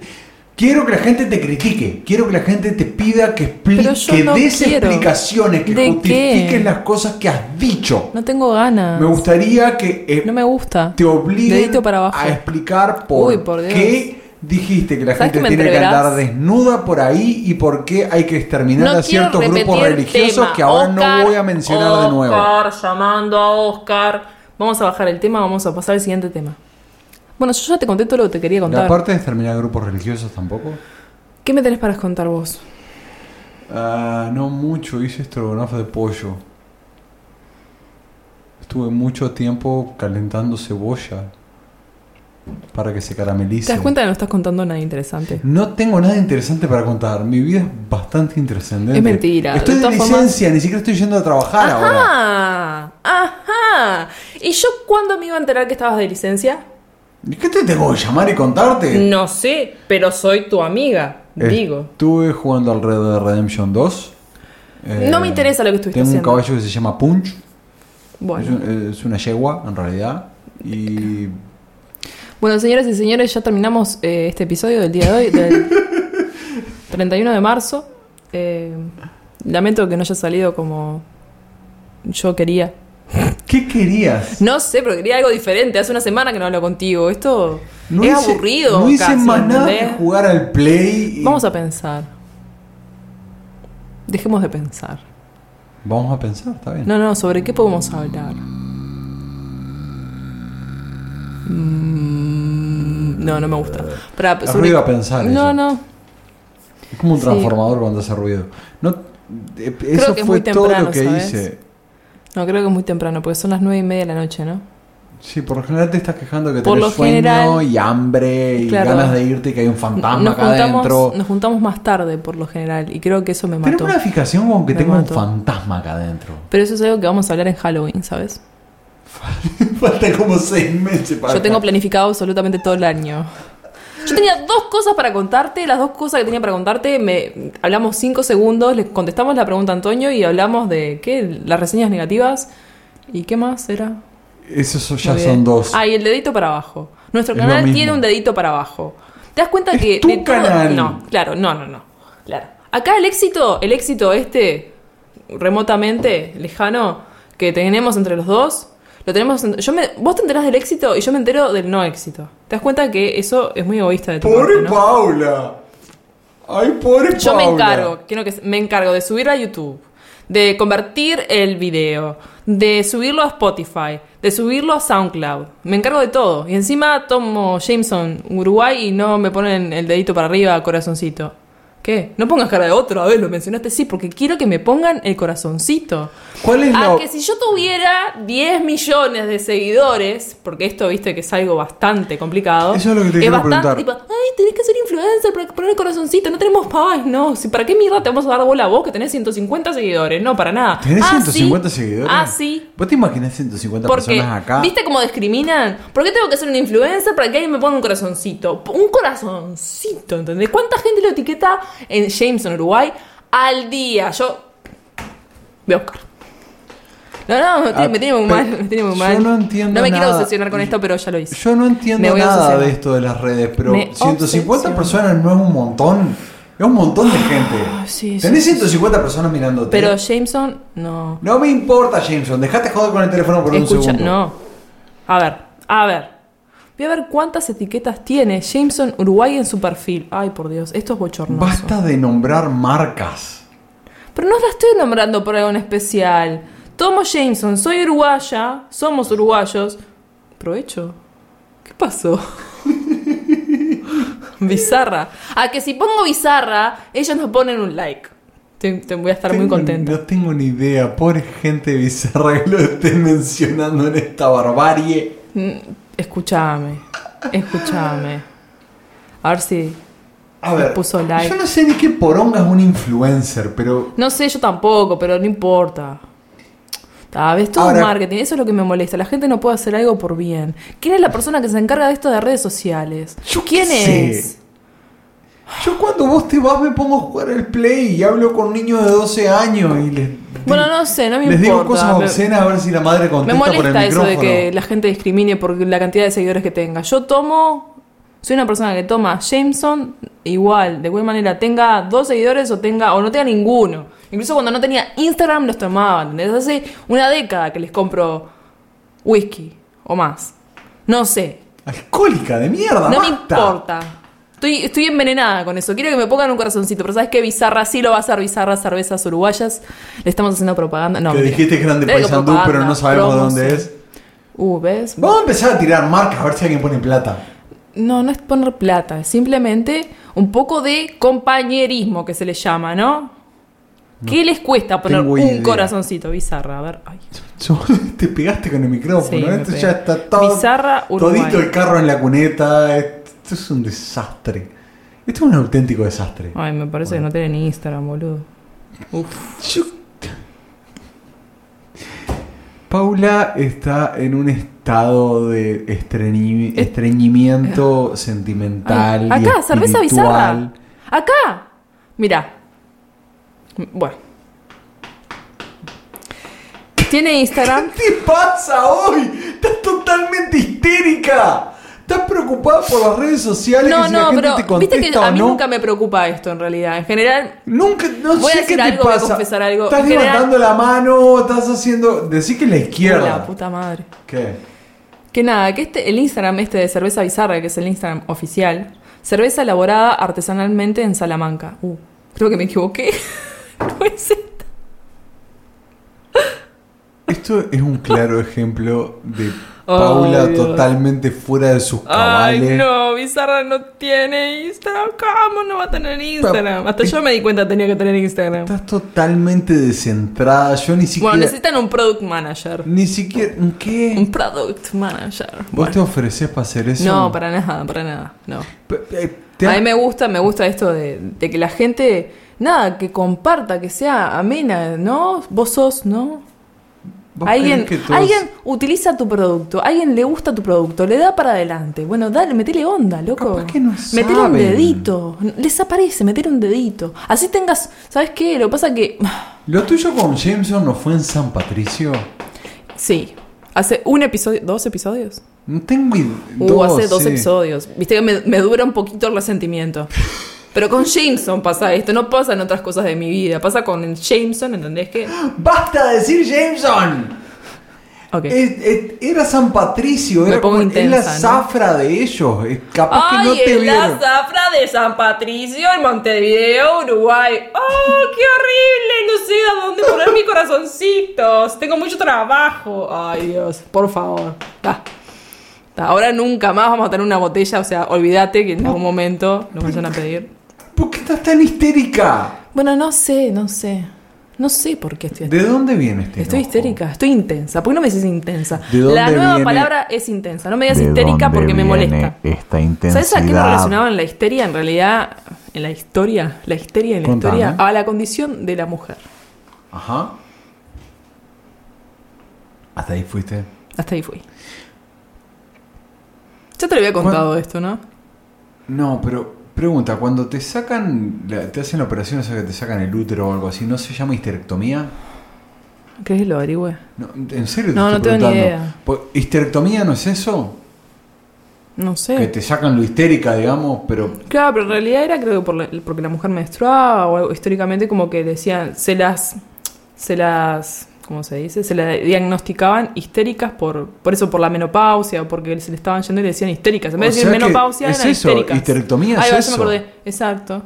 A: Quiero que la gente te critique, quiero que la gente te pida que
B: Pero
A: expliques,
B: yo
A: que
B: no
A: des
B: quiero.
A: explicaciones, que
B: ¿De qué?
A: justifiques las cosas que has dicho.
B: No tengo ganas.
A: Me gustaría que eh,
B: Ah, No me gusta.
A: te obliguen
B: Dedito para abajo.
A: a explicar por,
B: Uy, por Dios.
A: qué dijiste que la
B: ¿Sabes
A: gente
B: que me
A: tiene que
B: entreverás?
A: andar desnuda por ahí y por qué hay que exterminar a ciertos grupos religiosos que ahora no voy a mencionar de nuevo.
B: Oscar, llamando a Oscar. Vamos a bajar el tema, vamos a pasar al siguiente tema. Bueno, yo ya te conté todo lo que te quería
A: La
B: contar.
A: parte de exterminar grupos religiosos tampoco.
B: ¿Qué me tenés para contar vos?
A: Ah, no mucho, hice estrogonofe de pollo. Estuve mucho tiempo calentando cebolla para que se caramelice.
B: ¿Te das cuenta que no estás contando nada interesante?
A: No tengo nada interesante para contar. Mi vida es bastante interesante.
B: Es mentira.
A: Estoy
B: De
A: de,
B: todas formas-
A: licencia, ni siquiera estoy yendo a trabajar ahora.
B: ¡Ajá! ¡Ajá! ¿Y yo cuándo me iba a enterar que estabas de licencia?
A: ¿Y ¿Qué te tengo que llamar y contarte?
B: No sé, pero soy tu amiga, Mm, digo.
A: Estuve jugando al Red Dead Redemption 2. Eh,
B: No me interesa lo que estuviste
A: Tengo un
B: haciendo.
A: caballo que se llama Punch. Es,
B: Bueno.
A: un- es una yegua, en realidad. Y
B: bueno, señoras y señores, ya terminamos eh, este episodio del día de hoy, del 31 de marzo. Eh, lamento que no haya salido como yo quería.
A: ¿Qué querías?
B: No sé, pero quería algo diferente. Hace una semana que no hablo contigo. Esto
A: No
B: es
A: hice-
B: aburrido.
A: No hice
B: casi,
A: más nada que
B: ¿entendés?
A: jugar al play. y-
B: Vamos a pensar. Dejemos de pensar.
A: Vamos a pensar, está bien.
B: No, no, ¿sobre qué podemos hablar? Mm, no, no me gusta. Pará,
A: Es
B: sobre-
A: ruido a pensar
B: pues No,
A: eso.
B: no.
A: Es como un
B: Sí.
A: transformador cuando hace ruido. No, eh, eso
B: que es
A: fue
B: muy
A: todo
B: temprano,
A: lo que
B: ¿sabes?
A: hice.
B: No, creo que es muy temprano, porque son las nueve y media de la noche, ¿no?
A: Sí, por lo general te estás quejando que
B: Por
A: tenés
B: lo
A: sueño
B: general-
A: y hambre y
B: Claro.
A: ganas de irte y que hay un fantasma
B: nos,
A: acá adentro.
B: juntamos, nos juntamos más tarde, por lo general, y creo que eso me
A: Tenemos
B: mató.
A: una fijación con que
B: Me
A: tengo
B: mató.
A: un fantasma acá adentro.
B: Pero eso es algo que vamos a hablar en Halloween, ¿sabes?
A: Falta como seis meses para.
B: Yo tengo planificado absolutamente todo el año. Yo tenía dos cosas para contarte, las dos cosas que tenía para contarte, me hablamos cinco segundos, le contestamos la pregunta a Antonio y hablamos de qué, las reseñas negativas y qué más era.
A: Esos ya
B: Muy
A: son
B: bien.
A: dos.
B: Ah, y el dedito para abajo. Nuestro
A: Es lo
B: canal
A: mismo.
B: tiene un dedito para abajo. ¿Te das cuenta que
A: Es tu
B: de todo-
A: canal.
B: No, claro, no, no, no. Claro. Acá el éxito, el éxito este remotamente lejano que tenemos entre los dos, lo tenemos en- yo me vos te enterás del éxito y yo me entero del no éxito. ¿Te das cuenta que eso es muy egoísta de tu parte, ¿no?
A: Paula! ¡Ay, pobre
B: Yo me encargo, quiero que se- me encargo de subir a YouTube, de convertir el video, de subirlo a Spotify, de subirlo a SoundCloud. Me encargo de todo. Y encima tomo Jameson Uruguay y no me ponen el dedito para arriba, corazoncito. ¿Qué? No pongas cara de otro, a ver, lo mencionaste, sí, porque quiero que me pongan el corazoncito.
A: ¿Cuál es
B: Ah,
A: la.?
B: que si yo tuviera 10 millones de seguidores, porque esto viste que es algo bastante complicado.
A: Eso es lo que te
B: es
A: quiero
B: bastante,
A: preguntar.
B: tipo, ay, tenés que ser influencer para poner el corazoncito, no tenemos ay, no, si para qué mierda te vamos a dar bola a vos que tenés 150 seguidores, no, para nada.
A: ¿Tenés
B: Ah,
A: 150
B: sí.
A: seguidores?
B: Ah, sí.
A: ¿Vos te imaginás 150
B: Porque,
A: personas acá?
B: ¿viste cómo discriminan? ¿Por qué tengo que ser un influencer para que alguien me ponga un corazoncito? Un corazoncito, ¿entendés? ¿Cuánta gente lo etiqueta en Jameson, Uruguay, al día? Yo voy a buscar. No, no, me tiene,
A: Ah,
B: me tiene muy
A: pero
B: mal, me tiene muy
A: yo
B: mal.
A: no entiendo
B: No me quiero
A: nada.
B: obsesionar con esto, pero ya lo hice.
A: Yo no entiendo
B: Me voy a
A: nada
B: obsesionar.
A: de esto de las redes, pero
B: Me
A: 150
B: obsesiono.
A: personas no es un montón. Es un montón de gente.
B: Ah, sí,
A: Tenés 150 personas mirándote.
B: Pero Jameson, no.
A: No me importa, Jameson. Dejate joder con el teléfono por un
B: Escucha,
A: segundo.
B: no. A ver, a ver. Voy a ver cuántas etiquetas tiene Jameson Uruguay en su perfil. Ay, por Dios, esto es bochornoso.
A: Basta de nombrar marcas.
B: Pero no la estoy nombrando por algo en especial. Tomo Jameson, soy uruguaya, somos uruguayos. Provecho. ¿Qué pasó? bizarra. A que si pongo bizarra, ellos nos ponen un like. Te, te voy a estar muy
A: Tengo-
B: contenta.
A: No tengo ni idea. Pobre gente bizarra que lo esté mencionando en esta barbarie.
B: Mm, Escuchame, escuchame. A ver si.
A: A
B: Le
A: ver,
B: puso like.
A: yo no sé ni qué poronga es un influencer, pero
B: No sé, yo tampoco, pero no importa. A ver, es todo
A: Ahora-
B: marketing, eso es lo que me molesta. La gente no puede hacer algo por bien. ¿Quién es la persona que se encarga de esto de redes sociales?
A: Yo qué
B: ¿Quién
A: sé.
B: es?
A: yo cuando vos te vas me pongo a jugar el play y hablo con niños de 12 años y les,
B: Bueno, no sé, no me
A: les digo
B: importa.
A: cosas
B: Me-
A: obscenas a ver si la madre
B: Me,
A: contesta por el
B: molesta eso
A: micrófono.
B: de que la gente discrimine por la cantidad de seguidores que tenga. Yo tomo, soy una persona que toma Jameson igual, de cualquier manera, tenga dos seguidores o tenga o no tenga ninguno. Incluso cuando no tenía Instagram los tomaban. Desde hace una década que les compro whisky o más. No sé,
A: Alcohólica de mierda,
B: no me
A: basta.
B: importa. Estoy, estoy envenenada con eso. Quiero que me pongan un corazoncito, pero ¿sabes qué? Bizarra sí lo va a hacer Bizarra Cervezas Uruguayas. Le estamos haciendo propaganda. No,
A: que
B: mentira.
A: dijiste grande
B: Le digo
A: paisandú, pero
B: propaganda,
A: no sabemos
B: promo,
A: dónde
B: sí.
A: es.
B: Uh, ¿ves?
A: Vamos a empezar a tirar marcas a ver si alguien pone plata.
B: No, no es poner plata, es simplemente un poco de compañerismo que se le llama, ¿no? ¿Qué les cuesta poner
A: tengo
B: un
A: idea.
B: corazoncito? Bizarra, a ver. ay.
A: Yo- te pegaste con el micrófono,
B: Sí, me
A: esto
B: pegué.
A: ya está todo.
B: Bizarra, Uruguay.
A: Todito el carro en la cuneta, esto es un desastre. Esto es un auténtico desastre.
B: Ay, me parece que no tiene ni Instagram, boludo. Uf.
A: Yo- Paula está en un estado de estreñi- estreñimiento sentimental.
B: Ay,
A: y
B: Eh, acá, cerveza bizarra.
A: espiritual.
B: Acá. Mira. Bueno. Tiene Instagram.
A: ¿Qué te pasa hoy? Estás totalmente histérica. Estás preocupada por las redes sociales. que
B: No,
A: si la
B: no,
A: gente
B: pero
A: te contesta
B: viste que a
A: o
B: mí
A: no.
B: nunca me preocupa esto en realidad. En general,
A: Nunca, no
B: Voy a
A: sé
B: decir
A: qué te
B: algo, voy a
A: pasa.
B: confesar algo.
A: Estás
B: En general-
A: levantando la mano, estás haciendo. Decí que la izquierda.
B: la puta madre.
A: ¿Qué?
B: Que nada, que este, el Instagram este de Cerveza Bizarra, que es el Instagram oficial, cerveza elaborada artesanalmente en Salamanca. Uh, creo que me equivoqué. no es esta.
A: Esto es un claro ejemplo de Paula
B: Dios.
A: totalmente fuera de sus
B: Ay,
A: cabales.
B: no, Bizarra no tiene Instagram. ¿Cómo no va a tener Instagram?
A: eh,
B: Hasta yo me di cuenta que tenía que tener Instagram.
A: Estás totalmente descentrada. Yo ni siquiera.
B: Bueno, necesitan un product manager.
A: Ni siquiera. ¿Qué?
B: Un product manager.
A: ¿Vos te ofreces para hacer eso?
B: No, para nada, para nada. No.
A: Pe- pe- te-
B: A mí me gusta, me gusta esto de, de que la gente, nada, que comparta, que sea amena, ¿no? Vos sos, ¿no?
A: ¿vos
B: Alguien,
A: creés que todos-
B: alguien utiliza tu producto, alguien le gusta tu producto, le da para adelante. Bueno, dale, metele onda, loco.
A: Capaz que no
B: metele un
A: saben.
B: dedito. Les aparece, metele un dedito. Así tengas, ¿sabes qué? Lo que pasa que.
A: ¿Lo tuyo con Jameson no fue en San Patricio?
B: Sí. Hace un episodio, dos episodios.
A: No tengo idea.
B: Uh, hace dos episodios. Viste que me, me dura un poquito el resentimiento. Pero con Jameson pasa esto, no pasa en otras cosas de mi vida. Pasa con el Jameson, ¿entendés qué?
A: ¡Basta de decir Jameson!
B: Ok.
A: Es- es- era San Patricio,
B: Me
A: era
B: pongo
A: como-
B: intensa,
A: es la
B: ¿no?
A: zafra de ellos. es- capaz que
B: ¡Ay,
A: no te
B: es la
A: vieron.
B: zafra de San Patricio en Montevideo, Uruguay! ¡Oh, qué horrible! No sé a dónde poner mis corazoncitos. Tengo mucho trabajo. ¡Ay, Dios! Por favor. Ta. Ta, Ahora nunca más vamos a tener una botella, o sea, olvídate que en algún momento nos vayan a pedir.
A: ¿Por qué estás tan histérica?
B: Bueno, no sé, no sé. No sé por qué estoy
A: ¿De dónde viene este
B: Estoy
A: enojo?
B: histérica, estoy intensa. ¿Por qué no me dices intensa?
A: ¿De dónde
B: la nueva
A: viene-
B: palabra es intensa. No me digas
C: ¿De
B: histérica
C: dónde
B: porque me
C: viene
B: molesta.
C: Esta intensidad.
B: ¿Sabes a qué me relacionaban la histeria? En realidad, en la historia, la histeria en la
A: Contame.
B: historia, a la condición de la mujer.
A: Ajá. Hasta ahí fuiste.
B: Hasta ahí fui. Ya te lo había contado esto, ¿no?
A: No, pero pregunta, cuando te sacan, la- te hacen la operación, o sea, que te sacan el útero o algo así, ¿no se llama histerectomía?
B: ¿Crees que lo averigüe?
A: No, en serio te
B: No, no
A: estoy
B: tengo ni
A: preguntando.
B: idea.
A: Po- ¿Histerectomía no es eso?
B: No
A: Que
B: sé.
A: te sacan lo histérica, digamos, pero
B: Claro, pero en realidad era creo que por la- porque la mujer menstruaba o algo, históricamente como que decían, se las, se las, ¿cómo se dice? Se las diagnosticaban histéricas por, por eso, por la menopausia, o porque se le estaban yendo y le decían histéricas. En vez
A: O
B: de decir
A: sea que
B: menopausia,
A: es
B: eran
A: eso,
B: histéricas.
A: histerectomía es
B: Ahí va, ya
A: eso.
B: me acordé. Exacto.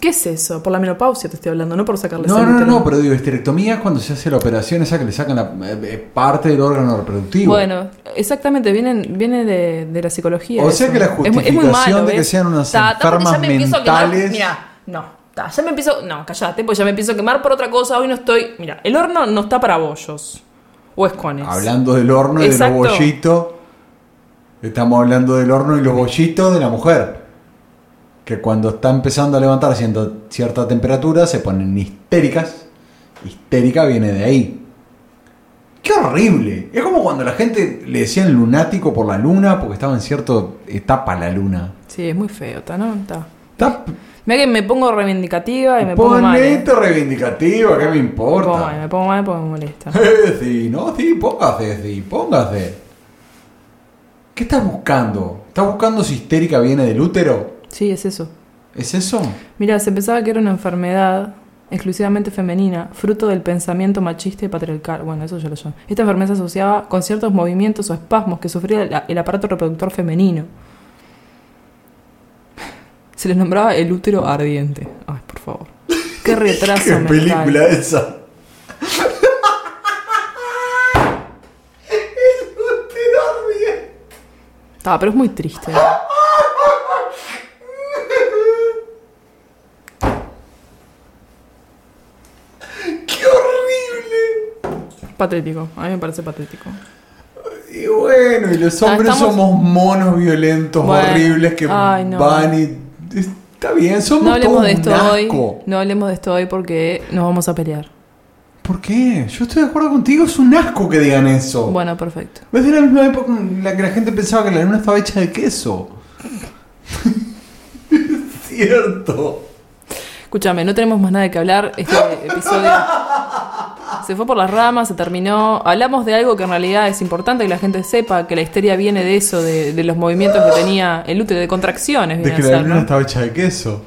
B: ¿Qué es eso? Por la menopausia te estoy hablando, no por sacarle
A: No,
B: sangre
A: no, no,
B: uterino.
A: no, pero digo, histerectomía es cuando se hace la operación esa que le sacan la, eh, eh, parte del órgano reproductivo.
B: Bueno, exactamente, vienen, viene de, de la psicología.
A: O sea que la
B: Es muy- es muy
A: justificación de
B: ¿ves?
A: que sean unas
B: Ta, ta, porque
A: enfermas
B: ya me empiezo a quemar.
A: mentales.
B: Mira, no, ta, ya me empiezo. No, callate, pues ya me empiezo a quemar por otra cosa. Hoy no estoy. Mira, el horno no está para bollos o escones.
A: hablando del horno y de los
B: Exacto.
A: bollitos, estamos hablando del horno y los bollitos de la mujer. Que cuando está empezando a levantar siendo cierta temperatura se ponen histéricas. Histérica viene de ahí. ¡Qué horrible! Es como cuando la gente le decían lunático por la luna porque estaba en cierta etapa la luna.
B: Sí, es muy feo, ta, ¿no? Ta.
A: Está
B: Mira que me pongo reivindicativa y me pongo mal. ¿eh?
A: Ponete reivindicativa, ¿qué me
B: Me pongo
A: importa?
B: mal, me pongo mal porque me molesta.
A: Eh, sí, no, sí, póngase, sí, póngase. ¿Qué estás buscando? ¿Estás buscando si histérica viene del útero?
B: Sí, es eso.
A: ¿Es eso?
B: Mira, se pensaba que era una enfermedad exclusivamente femenina, fruto del pensamiento machista y patriarcal. Bueno, eso ya lo yo. Esta enfermedad se asociaba con ciertos movimientos o espasmos que sufría la- el aparato reproductor femenino. Se les nombraba el útero ardiente. Ay, por favor. Qué retraso mental.
A: esa? El útero ardiente.
B: Ah, pero es muy triste.
A: ¡Qué horrible!
B: Patético. A mí me parece patético.
A: Y bueno, y los hombres
B: Ah, estamos-
A: somos monos violentos,
B: Bueno,
A: horribles que
B: ay, no.
A: van y. Está bien, somos
B: No hablemos
A: todos
B: de
A: un
B: esto
A: asco.
B: hoy. No hablemos de esto hoy porque nos vamos a pelear.
A: ¿Por qué? Yo estoy de acuerdo contigo, es un asco que digan eso.
B: Bueno, perfecto.
A: Es de Pues la misma época en la que la gente pensaba que la luna estaba hecha de queso. Cierto.
B: Escúchame, no tenemos más nada de que hablar. Este episodio se fue por las ramas, se terminó. Hablamos de algo que en realidad es importante que la gente sepa, que la histeria viene de eso, de, de los movimientos que tenía el útero, de contracciones.
A: De
B: viene
A: que
B: a
A: la
B: ser,
A: luna
B: ¿no?
A: estaba hecha de queso.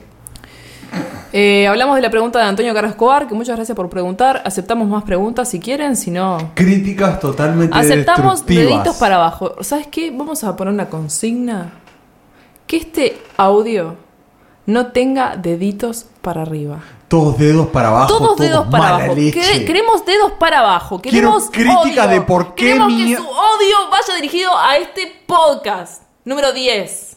B: Eh, hablamos de la pregunta de Antonio Carlos Escobar, que muchas gracias por preguntar. Aceptamos más preguntas si quieren, si no...
A: Críticas totalmente
B: Aceptamos
A: destructivas.
B: deditos para abajo. ¿Sabes qué? Vamos a poner una consigna. Que este audio no tenga deditos para arriba.
A: Todos dedos para abajo.
B: Todos dedos para
A: mala
B: abajo.
A: leche.
B: Que- queremos dedos para abajo. Queremos
A: Quiero críticas
B: odio.
A: de por qué
B: Queremos
A: mi-
B: que su odio vaya dirigido a este podcast. Número 10.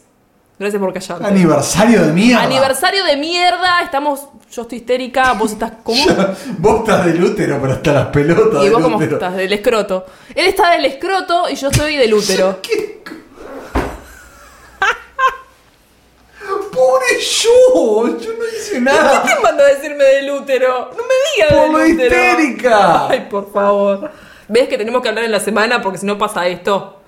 B: Gracias por callarte.
A: Aniversario de mierda.
B: Aniversario de mierda. Estamos. Yo estoy histérica. Vos estás. ¿Cómo?
A: Ya, vos estás del útero, pero hasta las pelotas
B: Y
A: del
B: vos cómo
A: útero.
B: estás, del escroto. Él está del escroto y yo soy del útero.
A: ¿Qué? Pobre yo, yo no hice
B: ¿Por
A: nada.
B: qué te mandó a decirme del útero? No me digas
A: Por
B: del
A: lo
B: útero.
A: histérica.
B: Ay, por favor. ¿Ves que tenemos que hablar en la semana? Porque si no pasa esto.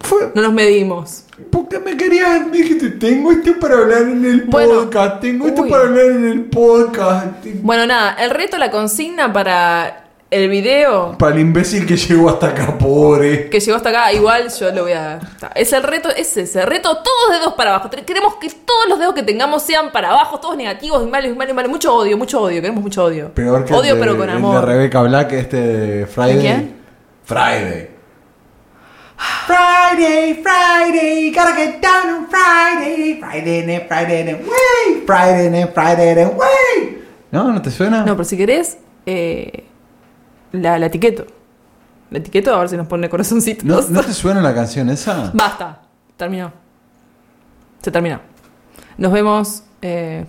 A: Fue
B: No nos medimos.
A: porque me querías, me dijiste, tengo esto para hablar en el
B: Bueno,
A: podcast, tengo esto
B: uy.
A: para hablar en el podcast.
B: Bueno, nada, el reto, la consigna para el video
A: Para el imbécil que llegó hasta acá, pobre.
B: que llegó hasta acá, igual yo lo voy a. Es el reto, es ese. Reto todos dedos para abajo. Tre- Queremos que todos los dedos que tengamos sean para abajo, todos negativos, y malos, y malos, y malos. Mucho odio, mucho odio, queremos mucho odio.
A: Peor que
B: odio,
A: el de,
B: pero con
A: el
B: amor.
A: de Rebecca Black, este de Friday.
B: ¿De quién?
A: Friday. Friday, Friday, gotta get down on Friday. Friday, night, Friday, night, way. Friday, night, Friday, night, way. ¿No? ¿No te suena?
B: No, pero si querés, eh, la, la etiqueto. La etiqueto, a ver si nos pone corazoncitos.
A: ¿No, ¿no te suena la canción esa?
B: Basta. Terminó. Se terminó. Nos vemos eh,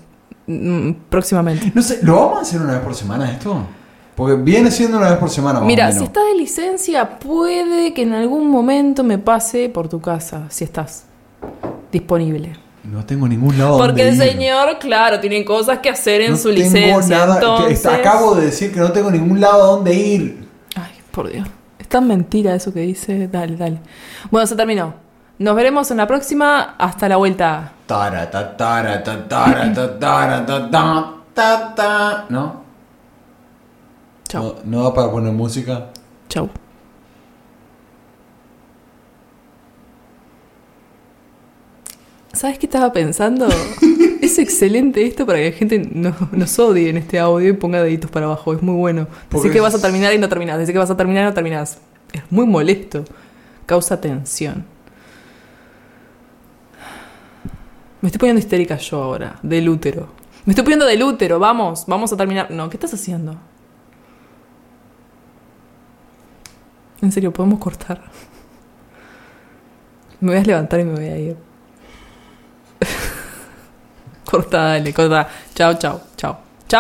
B: mm, próximamente.
A: No sé, ¿lo vamos a hacer una vez por semana esto? Porque viene siendo una vez por semana. más o
B: Mira,
A: menos.
B: si estás de licencia, puede que en algún momento me pase por tu casa, si estás disponible.
A: No tengo ningún lado
B: Porque
A: donde
B: el
A: ir.
B: señor, claro, tiene cosas que hacer en
A: No
B: su
A: tengo
B: licencia.
A: nada- que-
B: entonces...
A: Acabo de decir que no tengo ningún lado a donde ir.
B: Ay, por Dios. Es tan mentira eso que dice. Dale, dale. Bueno, se terminó. Nos veremos en la próxima. Hasta la vuelta.
A: Tara, ta, tara, ta, tara, ta, tara, ta, ta, ta, ta. ¿No?
B: Chau.
A: ¿No? ¿No da para poner música?
B: Chau. ¿Sabes qué estaba pensando? es excelente esto para que la gente no- nos odie en este audio y ponga deditos para abajo. Es muy bueno.
A: Porque
B: Decir que vas a
A: es-
B: terminar y no terminás. Decir que vas a terminar y no terminás. Es muy molesto. Causa tensión. Me estoy poniendo histérica yo ahora. Del útero. Me estoy poniendo del útero. Vamos, vamos a terminar. No, ¿qué estás haciendo? En serio, podemos cortar. Me voy a levantar y me voy a ir. corta, dale, corta. Chao, chao.